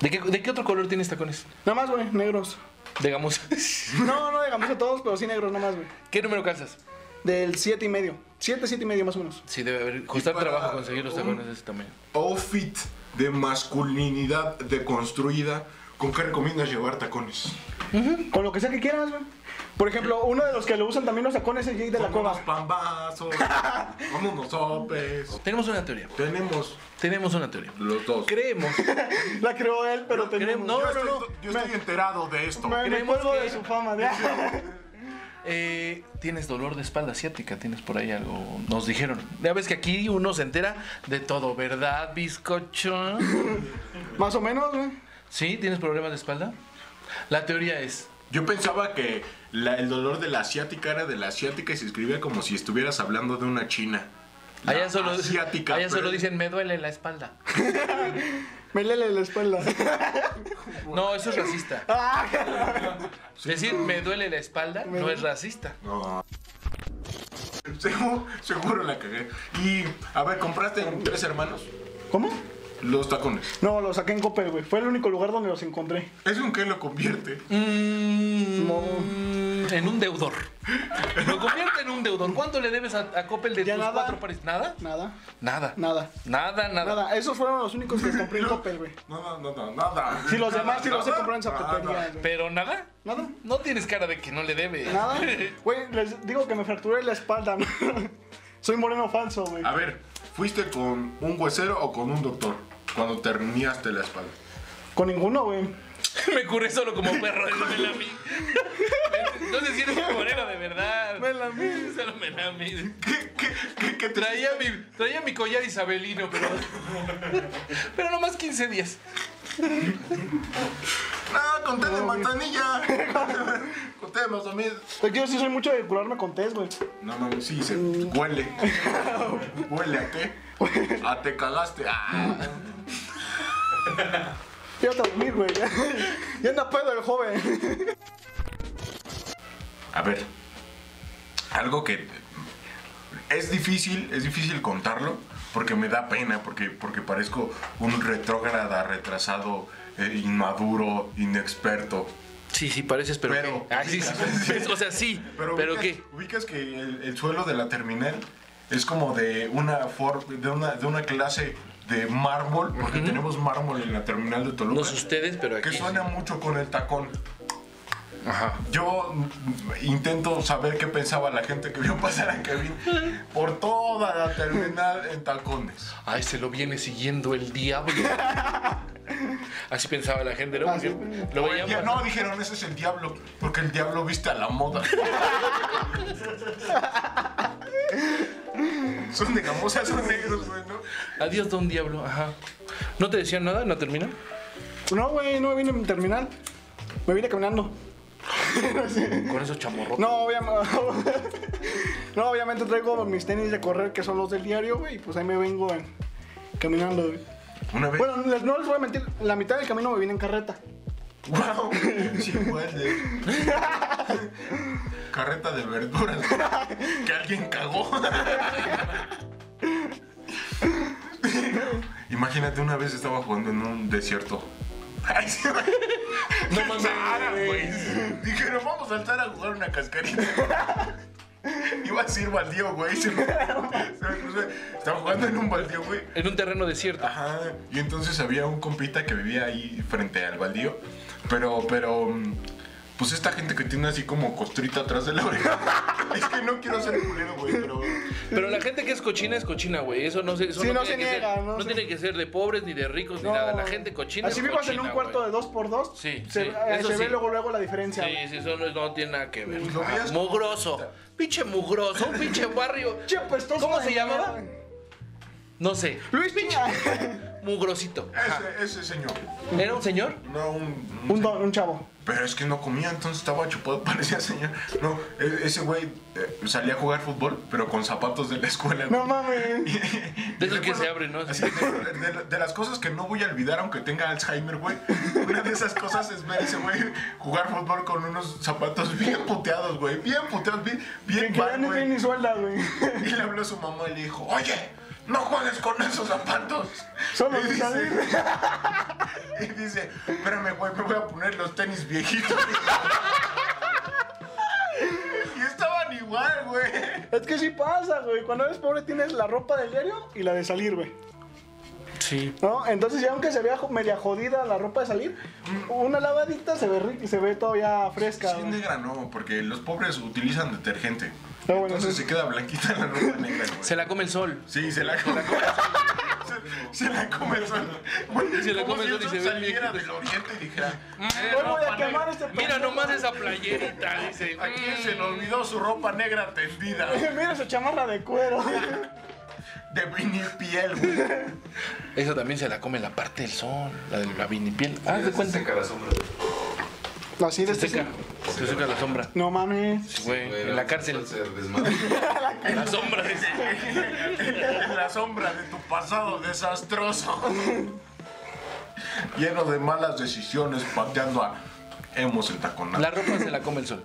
Speaker 5: ¿De qué, de qué otro color tienes tacones?
Speaker 4: Nada más, güey, negros.
Speaker 5: De gamuza.
Speaker 4: No, no de gamuza todos, pero sí negros, nada más, güey.
Speaker 5: ¿Qué número calzas?
Speaker 4: Del siete y medio. Siete, siete y medio más o menos.
Speaker 5: Sí, debe haber. Costar
Speaker 3: para
Speaker 5: trabajo conseguir los
Speaker 3: un-
Speaker 5: tacones de ese tamaño.
Speaker 3: Outfit de masculinidad deconstruida. ¿Con qué recomiendas llevar tacones?
Speaker 4: Con lo que sea que quieras, güey. Por ejemplo, uno de los que lo usan también los tacones es el Jay de la
Speaker 3: Con unos
Speaker 4: Cueva.
Speaker 3: pambazos, con unos sopes.
Speaker 5: Tenemos una teoría.
Speaker 3: Tenemos
Speaker 5: Tenemos una teoría.
Speaker 3: los dos.
Speaker 5: Creemos.
Speaker 4: La creó él, pero tenemos.
Speaker 5: creemos- no,
Speaker 3: yo
Speaker 5: no,
Speaker 3: estoy,
Speaker 5: no.
Speaker 3: yo estoy enterado de esto.
Speaker 4: Me- me
Speaker 5: creemos
Speaker 4: cuelgo
Speaker 5: que-
Speaker 4: de su fama. de-
Speaker 5: Eh, tienes dolor de espalda asiática, tienes por ahí algo. Nos dijeron. Ya ves que aquí uno se entera de todo, ¿verdad, bizcocho?
Speaker 4: Más o menos, güey.
Speaker 5: ¿Sí? ¿Tienes problemas de espalda? La teoría es.
Speaker 3: Yo pensaba que la- el dolor de la asiática era de la asiática y se escribía como si estuvieras hablando de una china.
Speaker 5: Allá solo,
Speaker 3: asiática,
Speaker 5: allá solo
Speaker 3: pero-
Speaker 5: dicen, me duele la espalda.
Speaker 4: Me lele la espalda.
Speaker 5: No, eso es racista. Decir, me duele la espalda no es racista.
Speaker 3: Seguro, seguro la cagué. Y, a ver, ¿compraste en tres hermanos
Speaker 4: ¿Cómo?
Speaker 3: los tacones?
Speaker 4: No, lo saqué en Copper, güey. Fue el único lugar donde los encontré.
Speaker 3: ¿Eso en qué lo convierte?
Speaker 4: No.
Speaker 5: En un deudor. Lo convierte en un deudor. ¿Cuánto le debes a, a Coppel de
Speaker 4: Ya
Speaker 5: tus
Speaker 4: nada.
Speaker 5: cuatro pares? ¿Nada?
Speaker 4: Nada,
Speaker 5: Nada.
Speaker 4: nada,
Speaker 5: Nada, nada.
Speaker 4: nada. Esos fueron los únicos que compré en Copper, güey.
Speaker 3: No, no, no, no, nada.
Speaker 4: Sí, los demás sí los he
Speaker 3: Nada,
Speaker 4: comprado en zapatería,
Speaker 3: nada.
Speaker 4: güey.
Speaker 5: ¿Pero nada?
Speaker 4: Nada,
Speaker 5: No tienes cara de que no le debe.
Speaker 4: nada. Güey, les digo que me fracturé la espalda. ¿no? Soy moreno falso, güey.
Speaker 5: Ah.
Speaker 3: A ver, ¿fuiste con un huesero o con un doctor cuando te herniaste la espalda?
Speaker 4: Con ninguno, güey.
Speaker 5: Me curé solo como perro. me la mí. No sé si eres moreno de verdad.
Speaker 4: Me la mí.
Speaker 5: Solo me la mí.
Speaker 3: ¿Qué, qué, qué, qué te-
Speaker 5: Traía mi, traía mi collar isabelino, pero. Pero nomás 15 días.
Speaker 3: Ah, con té de manzanilla. con té de manzanilla.
Speaker 4: Es que yo sí soy mucho de curarme con test, güey.
Speaker 3: No, no, sí, se huele. ¿Huele a qué? A te cagaste. Ah.
Speaker 4: Ya te dormir, güey. Ya, ya anda pedo el joven.
Speaker 3: A ver, algo que es difícil, es difícil contarlo porque me da pena, porque, porque parezco un retrógrada, retrasado, eh, inmaduro, inexperto.
Speaker 5: Sí, sí, pareces, pero.
Speaker 3: Pero-
Speaker 5: ¿qué? Ah, sí, sí, pues, O sea, sí. Pero,
Speaker 3: ubicas,
Speaker 5: ¿qué?
Speaker 3: ubicas que el, el suelo de la terminal es como de una, for- de una, de una clase de mármol, porque tenemos mármol en la terminal de Toluca.
Speaker 5: No sé ustedes, pero
Speaker 3: que
Speaker 5: aquí.
Speaker 3: suena mucho con el tacón.
Speaker 5: Ajá.
Speaker 3: Yo mm, intento saber qué pensaba la gente que vio pasar a Kevin por toda la terminal en tacones.
Speaker 5: Ay, se lo viene siguiendo el diablo. Así pensaba la gente, ¿no? Porque lo
Speaker 3: Ah, Oye,
Speaker 5: veían
Speaker 3: no, dijeron, ese es el diablo, porque el diablo viste a la moda. son de gamosa, son negros, güey, ¿no?
Speaker 5: Adiós, don diablo. Ajá. ¿No te decían nada? ¿No terminan?
Speaker 4: No, güey, no me vine en terminal. Me vine caminando.
Speaker 5: Con esos chamorros.
Speaker 4: No, obviamente. No, obviamente traigo mis tenis de correr que son los del diario, güey. Y pues ahí me vengo en- caminando, güey.
Speaker 3: Una vez.
Speaker 4: Bueno, les- no les voy a mentir, la mitad del camino me vine en carreta.
Speaker 3: ¡Wow! Sí, huele. Carreta de verduras. Que alguien cagó. Imagínate, una vez estaba jugando en un desierto. Ay, sí, güey.
Speaker 5: No mames,
Speaker 3: Sahara,
Speaker 5: güey.
Speaker 3: güey. Dijeron, vamos a saltar a jugar una cascarita. Iba a ser baldío, güey. Se me- se me cruzó. Estaba jugando en un baldío, güey.
Speaker 5: En un terreno desierto.
Speaker 3: Ajá, y entonces había un compita que vivía ahí frente al baldío, pero, pero, mm, pues esta gente que tiene así como costrita atrás de la oreja. es que no quiero ser culero, güey, pero...
Speaker 5: Pero la gente que es cochina es cochina, güey. Eso no se, eso
Speaker 4: Sí, no se
Speaker 5: tiene que
Speaker 4: niega,
Speaker 5: ser,
Speaker 4: no
Speaker 5: no
Speaker 4: se-
Speaker 5: tiene que ser de pobres ni de ricos ni
Speaker 4: No.
Speaker 5: nada. La gente cochina.
Speaker 4: Así
Speaker 5: es
Speaker 4: vivas en
Speaker 5: cochina,
Speaker 4: un cuarto
Speaker 5: güey.
Speaker 4: de 2x2.
Speaker 5: Sí,
Speaker 4: Se,
Speaker 5: sí,
Speaker 4: eh,
Speaker 5: eso
Speaker 4: se ve
Speaker 5: sí.
Speaker 4: luego, luego la diferencia. güey.
Speaker 5: Sí, sí, eso no, no tiene nada que ver.
Speaker 3: Pues lo
Speaker 5: Ajá.
Speaker 3: veías como-
Speaker 5: Mugroso. Pinche mugroso, un pinche barrio.
Speaker 4: Che, pues, todos
Speaker 5: ¿Cómo
Speaker 4: son
Speaker 5: se
Speaker 4: de
Speaker 5: llamaba?
Speaker 4: mierda, güey.
Speaker 5: No sé.
Speaker 4: Luis Piña.
Speaker 5: Mugrosito. Ajá.
Speaker 3: Ese, ese señor,
Speaker 5: ¿Era un señor?
Speaker 3: no un... un-
Speaker 4: un, don- un chavo.
Speaker 3: Pero es que no comía, entonces estaba chupado, parecía señor. No, e- ese güey eh, salía a jugar fútbol, pero con zapatos de la escuela.
Speaker 4: No
Speaker 3: güey.
Speaker 4: mames.
Speaker 5: De esos que
Speaker 3: Recuerdo-
Speaker 5: se abren, ¿no?
Speaker 3: Así, de, de- de las cosas que no voy a olvidar, aunque tenga Alzheimer, güey. Una de esas cosas es ver a ese güey jugar fútbol con unos zapatos bien puteados, güey. Bien puteados, bien, bien
Speaker 4: Que ya
Speaker 3: mal,
Speaker 4: no tiene ni
Speaker 3: güey.
Speaker 4: suelda, güey.
Speaker 3: Y le habló a su mamá y le dijo, oye, no juegues con esos zapatos.
Speaker 4: Solo
Speaker 3: y
Speaker 4: que salir.
Speaker 3: dice, y dice, espérame, güey, me voy a poner los tenis viejitos. y estaban igual, güey.
Speaker 4: Es que sí pasa, güey. Cuando eres pobre tienes la ropa del diario y la de salir, güey.
Speaker 5: Sí.
Speaker 4: ¿No? Entonces, ya aunque se vea jo- media jodida la ropa de salir, una lavadita se ve rica y se ve todavía fresca.
Speaker 3: Sí,
Speaker 4: güey.
Speaker 3: negra no, porque los pobres utilizan detergente.
Speaker 4: Ah, bueno,
Speaker 3: Entonces
Speaker 4: sí.
Speaker 3: se queda blanquita la ropa negra, güey.
Speaker 5: Se la come el sol.
Speaker 3: Sí, se la come. Se, se la come el sol. Güey,
Speaker 5: Se la
Speaker 3: como
Speaker 5: come el
Speaker 3: si
Speaker 5: sol y
Speaker 3: eso
Speaker 5: se ve
Speaker 3: saliera
Speaker 5: bien.
Speaker 3: del oriente y dijera,
Speaker 5: Eh,
Speaker 4: Hoy voy a quemar este
Speaker 5: Mira
Speaker 4: pendejo.
Speaker 5: nomás esa playerita, dice.
Speaker 3: ¿a quién se le olvidó su ropa negra tendida?
Speaker 4: Mira su chamarra de cuero.
Speaker 3: De vinipiel, güey.
Speaker 5: Eso también se la come la parte del sol, la del gabín y piel. Ah, de cuenta.
Speaker 7: Seca la sombra.
Speaker 4: Así de
Speaker 5: Se
Speaker 4: este.
Speaker 5: seca. Se seca la sombra.
Speaker 4: No mames.
Speaker 5: Güey, en la cárcel.
Speaker 7: Se desmadra.
Speaker 4: A la
Speaker 5: En la sombra de
Speaker 3: En la sombra de tu pasado desastroso. Lleno de malas decisiones, pateando a hemos el taconazo.
Speaker 5: La ropa se la come el sol.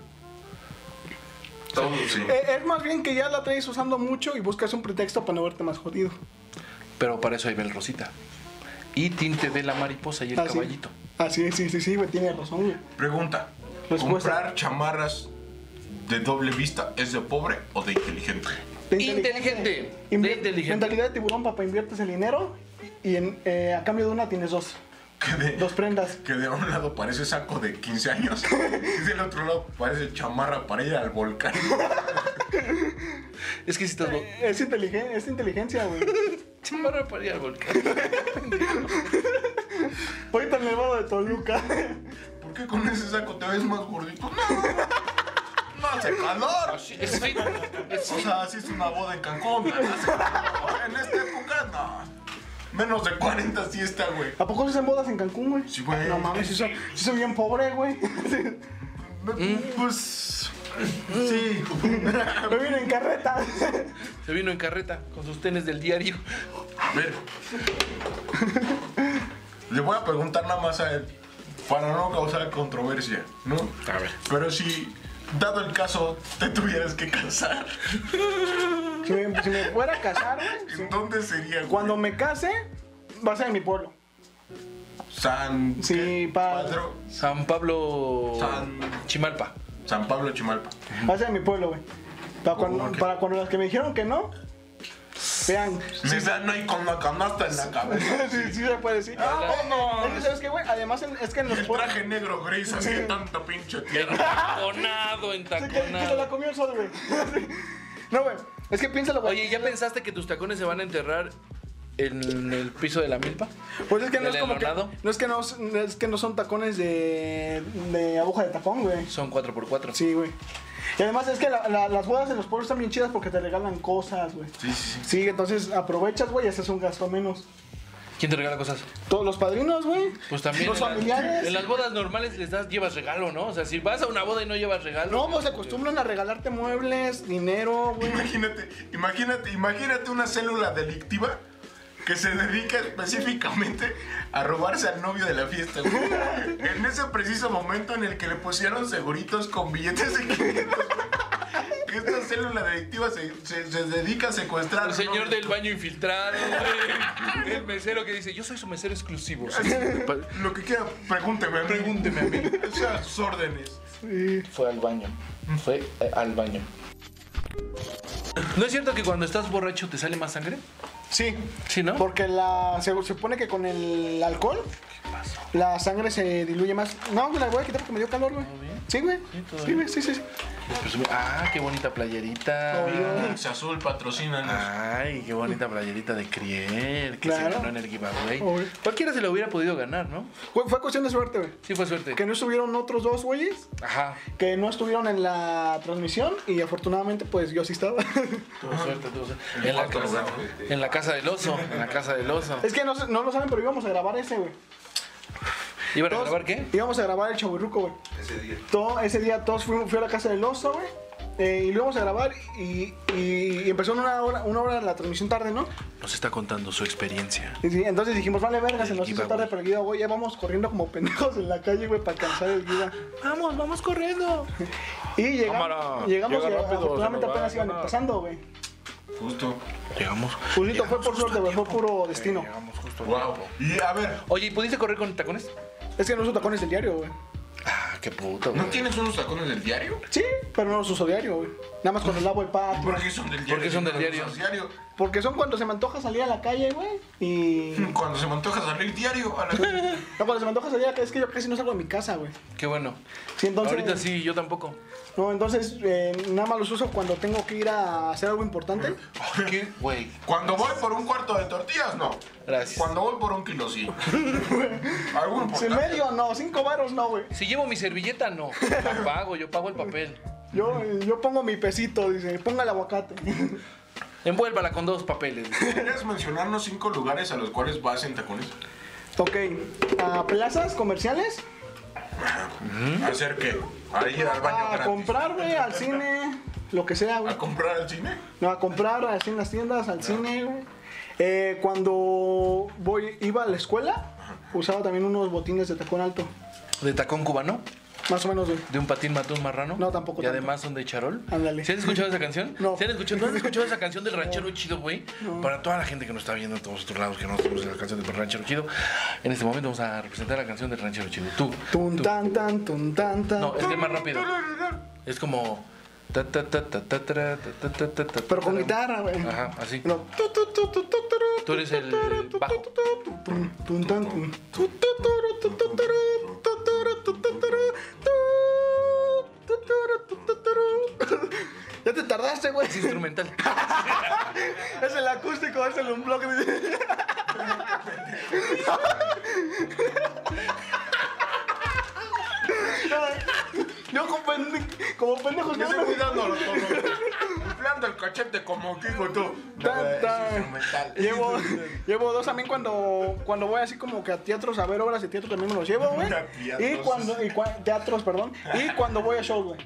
Speaker 7: Todo, sí.
Speaker 4: Eh, Es más bien que ya la traes usando mucho y buscas un pretexto para no verte más jodido.
Speaker 5: Pero para eso hay Bel Rosita. Y tinte de la mariposa y el
Speaker 4: Así.
Speaker 5: caballito.
Speaker 4: Así es, Ah, sí, sí, sí, güey, tiene razón, güey.
Speaker 3: Pregunta.
Speaker 4: Respuesta.
Speaker 3: ¿Comprar chamarras de doble vista es de pobre o de inteligente?
Speaker 4: De
Speaker 5: Inteligente.
Speaker 4: Invi-
Speaker 5: De inteligente.
Speaker 4: Mentalidad de tiburón, papá, inviertes el dinero y en, eh, a cambio de una tienes dos.
Speaker 3: Que de,
Speaker 4: Dos prendas.
Speaker 3: que de un lado parece saco de 15 años y del otro lado parece chamarra para ir al volcán.
Speaker 5: Es que si estás. bo-
Speaker 4: Es, inteligen- es inteligencia, güey.
Speaker 5: Chamarra para ir al volcán.
Speaker 4: Ahorita en el vado de Toluca.
Speaker 3: ¿Por qué con ese saco te ves más gordito? No, no hace calor.
Speaker 5: Es fin. Es
Speaker 3: O
Speaker 5: fin.
Speaker 3: sea, así es una boda en Cancún. pero no hace calor. En esta época, no. Menos de 40 sí está, güey.
Speaker 4: ¿A poco se hacen bodas en Cancún, güey?
Speaker 3: Sí, güey.
Speaker 4: No mames, sí soy, sí soy bien pobre, güey. Sí. ¿Eh?
Speaker 3: Pues. Sí.
Speaker 4: Me viene en carreta.
Speaker 5: Se vino en carreta con sus tenis del diario.
Speaker 3: Ver. Le voy a preguntar nada más a él. Para no causar controversia, ¿no?
Speaker 5: A ver.
Speaker 3: Pero si, dado el caso, te tuvieras que casar,
Speaker 4: Si me, si me fuera a casar, güey.
Speaker 3: ¿en dónde sería? güey?
Speaker 4: Cuando me case, va a ser en mi pueblo.
Speaker 3: San.
Speaker 4: Sí,
Speaker 3: ¿qué?
Speaker 4: pa-
Speaker 3: Padro-
Speaker 5: San Pablo.
Speaker 3: San-
Speaker 5: Chimalpa.
Speaker 3: San Pablo Chimalpa.
Speaker 4: Va a ser en Ah, mi pueblo, güey. Para cuando,
Speaker 3: Ok.
Speaker 4: para cuando las que me dijeron que no, vean.
Speaker 3: Me dan ahí con la canasta en la cabeza.
Speaker 4: Sí, sí se puede decir.
Speaker 3: Ah, no.
Speaker 4: Es que, ¿sabes qué, güey? Además, en- es que en los
Speaker 3: El
Speaker 4: pueblos.
Speaker 3: traje negro gris, así de tanta pinche tierra.
Speaker 5: Entaconado,
Speaker 4: Sí, que, que se la
Speaker 5: entaconado.
Speaker 4: comió el sol, güey. No, güey. Es que piénsalo, güey.
Speaker 5: Oye, ¿ya pensaste que tus tacones se van a enterrar en el piso de la milpa?
Speaker 4: Pues es que no
Speaker 5: ¿Del
Speaker 4: es como que.
Speaker 5: enlonado?
Speaker 4: No es que no, es que no son tacones de, de aguja de tacón, güey.
Speaker 5: Son 4x4.
Speaker 4: Sí, güey. Y además es que la- la- las bodas en los pueblos están bien chidas porque te regalan cosas, güey.
Speaker 3: Sí, sí, sí.
Speaker 4: Sí, entonces aprovechas, güey, y haces un gasto menos.
Speaker 5: ¿Quién te regala cosas?
Speaker 4: Todos los padrinos, güey.
Speaker 5: Pues también.
Speaker 4: Los
Speaker 5: en las-
Speaker 4: familiares.
Speaker 5: En las bodas normales les das, llevas regalo, ¿no? O sea, si vas a una boda y no llevas regalo.
Speaker 4: No, pues se acostumbran a regalarte muebles, dinero, güey.
Speaker 3: Imagínate, imagínate, imagínate una célula delictiva que se dedica específicamente a robarse al novio de la fiesta. güey. En ese preciso momento en el que le pusieron seguritos con billetes de 500. güey, Que esta célula delictiva se, se- se dedica a secuestrar.
Speaker 5: El señor
Speaker 3: novios.
Speaker 5: del baño infiltrado, güey. El mesero que dice, yo soy su mesero exclusivo.
Speaker 3: Lo que quiera, pregúnteme a mí. Pregúnteme a mí. O sea, sus órdenes.
Speaker 6: Fue al baño. Fue eh, al baño.
Speaker 5: ¿No es cierto que cuando estás borracho te sale más sangre?
Speaker 4: Sí.
Speaker 5: Sí, ¿no?
Speaker 4: Porque la, se se supone que con el alcohol la sangre se diluye más. No, me la voy a quitar porque me dio calor, güey. Sí, güey.
Speaker 5: todo
Speaker 4: Sí,
Speaker 5: bien. Ah.
Speaker 4: güey, sí, sí. sí.
Speaker 5: Presumir- Ah, qué bonita playerita.
Speaker 4: Obvio.
Speaker 3: Se azul patrocina.
Speaker 5: Ay, qué bonita playerita de Crier, que se
Speaker 4: Claro.
Speaker 5: ganó en el giveaway.
Speaker 4: Obvio.
Speaker 5: Cualquiera se la hubiera podido ganar, ¿no?
Speaker 4: Güey, fue cuestión de suerte, güey.
Speaker 5: Sí fue suerte.
Speaker 4: Que no estuvieron otros dos güeyes
Speaker 5: Ajá,
Speaker 4: que no estuvieron en la transmisión y afortunadamente, pues yo sí estaba.
Speaker 5: tuvo suerte, tuvo suerte. En la, casa, en la casa del oso, en la casa del oso.
Speaker 4: es que no, se- no lo saben, pero íbamos a grabar ese, güey.
Speaker 5: ¿Iban a
Speaker 4: Todos-
Speaker 5: grabar qué?
Speaker 4: Íbamos a grabar el chaburruco, güey.
Speaker 7: Ese día.
Speaker 4: Todo, ese día todos fuimos, fui a la casa del oso, güey. eh, y lo íbamos a grabar y, y- y empezó en una hora, una hora la transmisión tarde, ¿no?
Speaker 5: Nos está contando su experiencia.
Speaker 4: Y sí, entonces dijimos, vale verga, se
Speaker 5: El
Speaker 4: nos hizo
Speaker 5: giveaway.
Speaker 4: tarde pero el giveaway, ya vamos corriendo como pendejos en la calle, güey, para alcanzar el guía.
Speaker 5: Vamos, vamos corriendo.
Speaker 4: Y llegamos,
Speaker 5: Cámara,
Speaker 4: llegamos
Speaker 5: llega
Speaker 4: y
Speaker 5: rápido,
Speaker 4: afortunadamente
Speaker 5: se nos va
Speaker 4: apenas
Speaker 5: a
Speaker 4: iban
Speaker 5: ganar.
Speaker 4: empezando, güey.
Speaker 3: Justo.
Speaker 5: Llegamos.
Speaker 4: Justo fue
Speaker 5: llegamos
Speaker 4: por
Speaker 5: justo
Speaker 4: suerte,
Speaker 5: a
Speaker 4: güey, fue
Speaker 5: tiempo. Eh,
Speaker 4: puro destino.
Speaker 5: Llegamos justo a
Speaker 3: Wow.
Speaker 5: tiempo.
Speaker 3: Y a ver,
Speaker 5: Oye, ¿y pudiste correr con tacones?
Speaker 4: Es que no uso tacones del diario, güey.
Speaker 5: Ah, qué puto,
Speaker 7: ¿No
Speaker 5: güey.
Speaker 7: tienes unos tacones del diario?
Speaker 4: Sí, pero no los uso diario, güey. Nada más cuando lavo el pato.
Speaker 3: ¿por qué son del diario?
Speaker 5: ¿Por qué son del diario?
Speaker 3: diario?
Speaker 4: Porque son cuando se me antoja salir a la calle, güey. Y. No,
Speaker 3: Cuando se me antoja salir diario a la
Speaker 4: cuando se me antoja salir a la calle, es que yo casi no salgo de mi casa, güey.
Speaker 5: Qué bueno.
Speaker 4: Sí, entonces.
Speaker 5: Ahorita sí, yo tampoco.
Speaker 4: No, entonces eh, nada más los uso cuando tengo que ir a hacer algo importante.
Speaker 5: ¿Qué? Güey,
Speaker 3: Cuando voy por un cuarto de tortillas, no.
Speaker 5: gracias.
Speaker 3: Cuando voy por un kilo, sí. Algún
Speaker 4: Si en medio, no. Cinco varos, no, güey.
Speaker 5: Si llevo mi servilleta, no. La pago, yo pago el papel.
Speaker 4: Yo, yo pongo mi pesito, dice, ponga el aguacate.
Speaker 5: Envuélvala con dos papeles.
Speaker 3: ¿Quieres mencionarnos cinco lugares a los cuales vas en tacones?
Speaker 4: ok, a plazas comerciales,
Speaker 5: ¿Mm?
Speaker 3: ¿Hacer qué? A ir al baño
Speaker 4: a
Speaker 3: gratis.
Speaker 5: Ah,
Speaker 4: comprar, güey, al cine, lo que sea, güey.
Speaker 3: ¿A comprar al cine?
Speaker 4: No, a comprar así en las tiendas, al cine, güey. Eh, cuando voy, iba a la escuela, usaba también unos botines de tacón alto.
Speaker 5: De tacón cubano,
Speaker 4: Más o menos, güey.
Speaker 5: de un patín mató un marrano.
Speaker 4: No, tampoco
Speaker 5: Y
Speaker 4: tanto.
Speaker 5: además son de charol.
Speaker 4: Ándale.
Speaker 5: ¿Sí han escuchado esa canción?
Speaker 4: No.
Speaker 5: ¿Sí han escuchado, ¿No han escuchado esa canción del ranchero chido, güey? Para toda la gente que nos está viendo en todos otros lados que no conoce la canción del ranchero chido, en este momento vamos a representar la canción del ranchero chido. Tú.
Speaker 4: Tun
Speaker 5: tú.
Speaker 4: tan tan, tun tan tan.
Speaker 5: No, es que es más rápido. Es como. ta, ta, ta, ta, ta, tra, ta, ta, ta, ta, ta,
Speaker 4: Pero con
Speaker 5: tara.
Speaker 4: guitarra, güey.
Speaker 5: Ajá, así.
Speaker 4: No. Tu, tu, tu, tu, tu, tu,
Speaker 5: Tú eres el
Speaker 4: tu, tu,
Speaker 5: bajo.
Speaker 4: tu, tu, tu, tun, tun, tan, tun. Tu, tu, tu, tu, tu, tu, tu, tu, tu, tu, tu, tu, tu, tu, tu, tu, tu, tu. Ya te tardaste, güey.
Speaker 5: Es instrumental.
Speaker 4: Es el acústico, es el unblock. Yo como pendejo, como pendejo,
Speaker 3: Yo
Speaker 4: yo
Speaker 3: estoy
Speaker 4: no-
Speaker 3: cuidando los tonos. Inflando el cachete como Kiko y tú.
Speaker 4: Tan, tan. Llevo, llevo dos también cuando, cuando voy así como que a teatros a ver obras de teatro también me los llevo, güey.
Speaker 3: Mira,
Speaker 4: Y
Speaker 3: teatros.
Speaker 4: cuando, y cua- teatros, perdón. Y cuando voy a show, güey.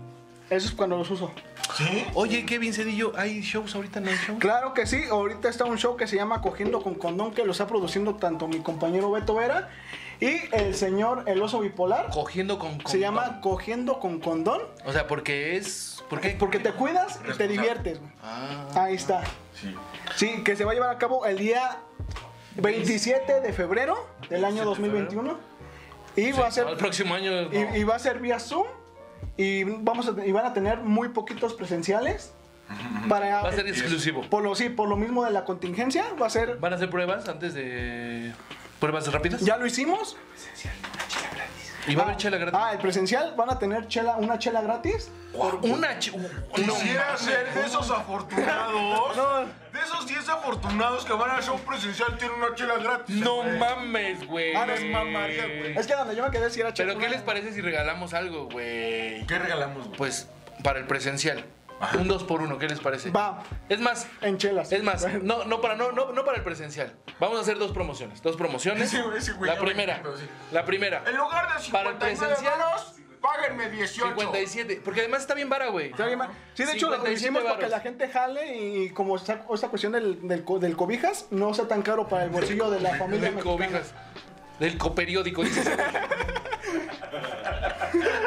Speaker 4: Eso es cuando los uso.
Speaker 3: ¿Sí?
Speaker 5: Oye, Kevin Cedillo, ¿hay shows ahorita? ¿No hay shows?
Speaker 4: Claro que sí, ahorita está un show que se llama Cogiendo con Condón, que lo está produciendo tanto mi compañero Beto Vera y el señor El Oso Bipolar.
Speaker 5: Cogiendo con.
Speaker 4: Se
Speaker 5: condón.
Speaker 4: llama Cogiendo con Condón.
Speaker 5: O sea, porque es. ¿Por qué?
Speaker 4: Porque te cuidas y te diviertes. güey.
Speaker 5: Ah.
Speaker 4: Ahí está.
Speaker 3: Sí.
Speaker 4: Sí, que se va a llevar a cabo el día 27 de febrero del año 2021. Y va a ser
Speaker 5: No, El próximo año.
Speaker 4: y,
Speaker 5: no.
Speaker 4: y va a ser vía Zoom y vamos a- y van a tener muy poquitos presenciales para
Speaker 5: Va a ser exclusivo.
Speaker 4: por lo sí, por lo mismo de la contingencia, va a ser
Speaker 5: ¿Van a hacer pruebas antes de. pruebas rápidas?
Speaker 4: ya lo hicimos.
Speaker 5: ¿Y va a haber chela gratis?
Speaker 4: Ah, el presencial van a tener chela, una chela gratis.
Speaker 5: Guau, una che- u- no
Speaker 3: Quisiera
Speaker 5: mames.
Speaker 3: ser de esos afortunados. De esos 10 afortunados que van al show presencial tienen una chela gratis.
Speaker 5: No mames, güey.
Speaker 4: Ah, no, es
Speaker 3: mamaria, güey.
Speaker 4: Es que donde yo me quedé si era chela.
Speaker 5: Pero ¿qué les parece si regalamos algo, güey?
Speaker 3: ¿Qué regalamos, güey?
Speaker 5: Pues para el presencial. Un 2 por 1 ¿qué les parece?
Speaker 4: Va.
Speaker 5: Es más,
Speaker 4: En chelas.
Speaker 5: es más, no, no para no, no, no para el presencial. Vamos a hacer dos promociones. Dos promociones.
Speaker 3: Ese güey- ese güey
Speaker 5: la
Speaker 3: ya me
Speaker 5: primera.
Speaker 3: encantó, sí.
Speaker 5: La primera.
Speaker 3: En lugar de
Speaker 5: Para el
Speaker 3: 59
Speaker 5: presencial,
Speaker 3: varos, páguenme 18.
Speaker 5: 57. Porque además está bien vara, güey.
Speaker 4: Está bien mal. Sí, de hecho lo
Speaker 5: 57
Speaker 4: hicimos para que
Speaker 5: varos.
Speaker 4: la gente jale y como esta, esta cuestión del, del, co- del cobijas no sea tan caro para el bolsillo de la familia.
Speaker 5: Del
Speaker 4: mexicana.
Speaker 5: cobijas. Del coperiódico, dices.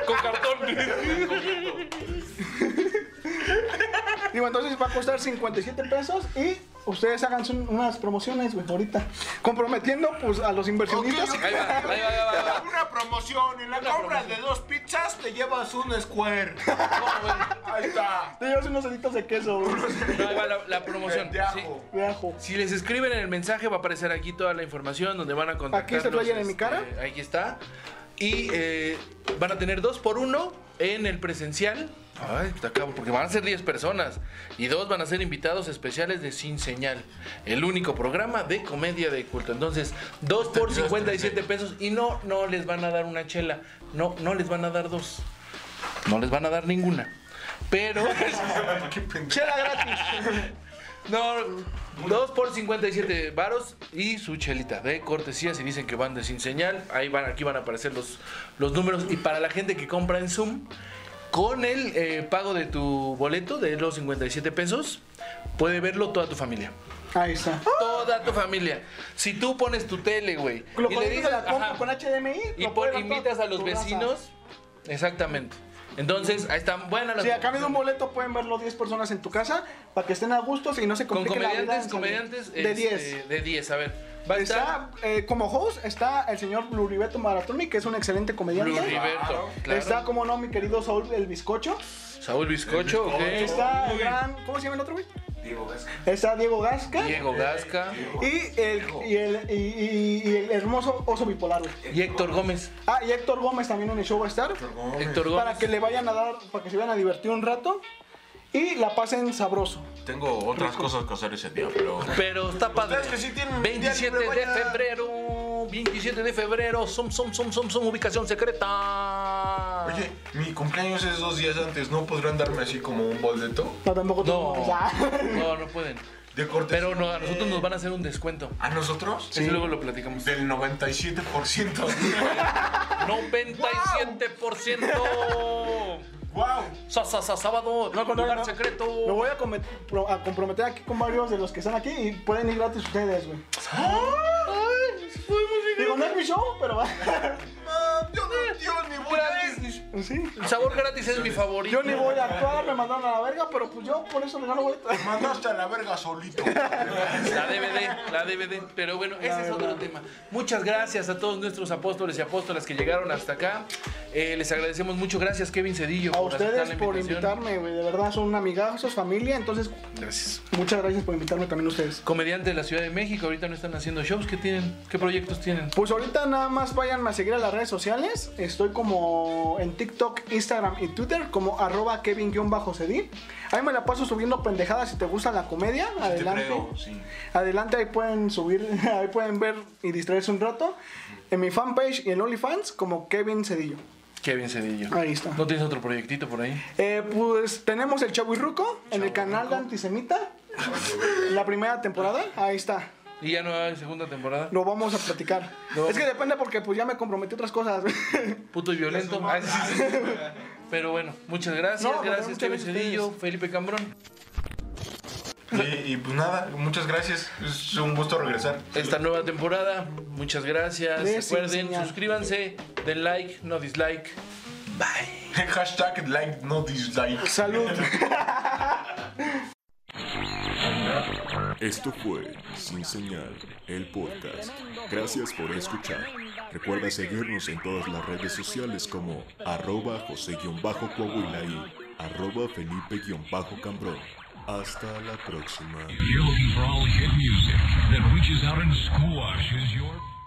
Speaker 5: Con cartón.
Speaker 4: Digo, entonces va a costar 57 pesos y ustedes hagan su- unas promociones, güey, ahorita. Comprometiendo, pues, a los inversionistas.
Speaker 5: Ahí va, ahí va, ahí va, ahí va.
Speaker 3: Una promoción, en la
Speaker 5: Una
Speaker 3: compra
Speaker 5: promoción.
Speaker 3: de dos pizzas te llevas un square. Ahí está.
Speaker 4: Te llevas unos deditos de queso, güey,
Speaker 5: No, ahí va la, la promoción.
Speaker 3: De ajo.
Speaker 5: Sí.
Speaker 4: de ajo.
Speaker 5: Si les escriben en el mensaje va a aparecer aquí toda la información donde van a contactar.
Speaker 4: Aquí está el flyer en mi cara.
Speaker 5: Aquí está. Y eh, van a tener dos por uno en el presencial. Ay, está cabrón, porque van a ser 10 personas. Y dos van a ser invitados especiales de Sin Señal. El único programa de comedia de culto. Entonces, dos por 57 pesos. Y no, no les van a dar una chela. No, no les van a dar dos. No les van a dar ninguna. Pero...
Speaker 4: Chela gratis.
Speaker 5: No, dos por 57 varos y su chelita de cortesía. Si dicen que van de sin señal, ahí van, aquí van a aparecer los, los números. Y para la gente que compra en Zoom, con el eh, pago de tu boleto de los 57 pesos, puede verlo toda tu familia.
Speaker 4: Ahí está.
Speaker 5: Toda tu familia. Si tú pones tu tele, güey,
Speaker 4: Lo
Speaker 5: y le
Speaker 4: conectas a la
Speaker 5: dices-
Speaker 4: compu
Speaker 5: ajá,
Speaker 4: con HDMI.
Speaker 5: y
Speaker 4: lo
Speaker 5: pon-
Speaker 4: puedes ver toda
Speaker 5: invitas a los
Speaker 4: tu raza.
Speaker 5: vecinos, exactamente. Entonces, ahí están buenas las
Speaker 4: Sí, a cambio de un boleto pueden verlo 10 personas en tu casa para que estén a gustos y no se
Speaker 5: con
Speaker 4: complique la vida.
Speaker 5: comediantes,
Speaker 4: en
Speaker 5: comediantes
Speaker 4: salir.
Speaker 5: este,
Speaker 4: De 10.
Speaker 5: de 10, a ver. Va a estar
Speaker 4: Está, eh, como host está el señor Bluribeto Maratoni, que es un excelente comediante.
Speaker 5: Blue Riberto, claro.
Speaker 4: Está, como no, mi querido Saúl el Bizcocho.
Speaker 5: Saúl Bizcocho, ok.
Speaker 4: Está el gran. ¿Cómo se llama el otro, güey? Está Diego Gasca.
Speaker 5: Diego Gasca
Speaker 4: Y el, y, el, y, y- y el hermoso oso bipolar, güey.
Speaker 5: y Héctor Gómez.
Speaker 4: Ah, y Héctor Gómez también en el show va a estar.
Speaker 5: Héctor Gómez.
Speaker 4: Para que le vayan a dar, para que se vayan a divertir un rato y la pasen sabroso.
Speaker 7: Tengo otras cosas que hacer ese día, pero.
Speaker 5: Pero está padre.
Speaker 3: Ustedes que sí tienen día
Speaker 5: 27
Speaker 3: libre,
Speaker 5: de
Speaker 3: vayan.
Speaker 5: febrero. 27 de febrero. Som, som, som, som, som. Ubicación secreta.
Speaker 3: Oye, mi cumpleaños es dos días antes, ¿no podrán darme así como un boleto?
Speaker 4: No, tampoco
Speaker 5: No.
Speaker 4: tengo- Ah. Ya.
Speaker 5: No, no pueden.
Speaker 3: De corte.
Speaker 5: Pero no, a nosotros nos van a hacer un descuento.
Speaker 3: ¿A nosotros?
Speaker 5: Eso luego lo platicamos.
Speaker 3: Del 97%.
Speaker 5: 97%.
Speaker 3: ¡Wow!
Speaker 5: Sa- sa- sa- sábado,
Speaker 4: No, no,
Speaker 5: lugar
Speaker 4: no.
Speaker 5: secreto.
Speaker 4: Me voy a, comet- pro- a comprometer aquí con varios de los que están aquí y pueden ir gratis ustedes, güey. Digo, no es mi show, pero va.
Speaker 3: Yo no, yo ni voy a
Speaker 5: Gratis,
Speaker 3: Disney.
Speaker 4: Pues Sí.
Speaker 5: El sabor gratis es mi favorito.
Speaker 4: Yo ni voy a actuar, me mandaron a la verga, pero pues yo por eso me gano boletas.
Speaker 3: Mandaste a la verga solito.
Speaker 5: La DVD, la DVD. Pero bueno, ese es otro tema. Muchas gracias a todos nuestros apóstoles y apóstolas que llegaron hasta acá. Eh, les agradecemos mucho. Gracias, Kevin Cedillo,
Speaker 4: A ustedes por
Speaker 5: invitación.
Speaker 4: invitarme, güey. De verdad, son amigazos, familia. Entonces,
Speaker 5: Gracias.
Speaker 4: muchas gracias por invitarme también ustedes.
Speaker 5: Comediantes de la Ciudad de México, ahorita no están haciendo shows. ¿Qué tienen? ¿Qué proyectos tienen?
Speaker 4: Pues ahorita nada más váyanme a seguir a las redes sociales. Estoy como en TikTok, Instagram y Twitter como arroba kevin-cedí. Ahí me la paso subiendo pendejadas si te gusta la comedia. Adelante.
Speaker 3: sí.
Speaker 4: Adelante, ahí pueden subir, ahí pueden ver y distraerse un rato. En mi fanpage y en OnlyFans como Kevin Cedillo.
Speaker 5: Kevin Cedillo.
Speaker 4: Ahí está.
Speaker 5: ¿No tienes otro proyectito por ahí?
Speaker 4: Eh, pues tenemos el Chaburruco en el canal de Antisemita. La primera temporada, ahí está.
Speaker 5: ¿Y ya no hay segunda temporada?
Speaker 4: Lo vamos a platicar.
Speaker 5: No.
Speaker 4: Es que depende porque pues ya me comprometí otras cosas.
Speaker 5: Puto y violento. Ah, sí, sí, sí. Pero bueno, muchas gracias.
Speaker 4: No, pero
Speaker 5: gracias,
Speaker 4: muchas
Speaker 5: Kevin
Speaker 4: gracias a
Speaker 5: Cedillo, Felipe Cambrón.
Speaker 3: Y, y pues nada, muchas gracias. Es un gusto regresar.
Speaker 5: esta nueva temporada. Muchas gracias.
Speaker 4: De Sin
Speaker 5: Recuerden,
Speaker 4: Señal.
Speaker 5: suscríbanse, den like, no dislike. Bye.
Speaker 3: Hashtag like, no dislike.
Speaker 4: Salud.
Speaker 2: Esto fue Sin Señal, el podcast. Gracias por escuchar. Recuerda seguirnos en todas las redes sociales como arroba José-Coahuila y arroba Felipe-Cambrón. Hasta la próxima.
Speaker 1: If you're looking for all hit music that reaches out and squashes your...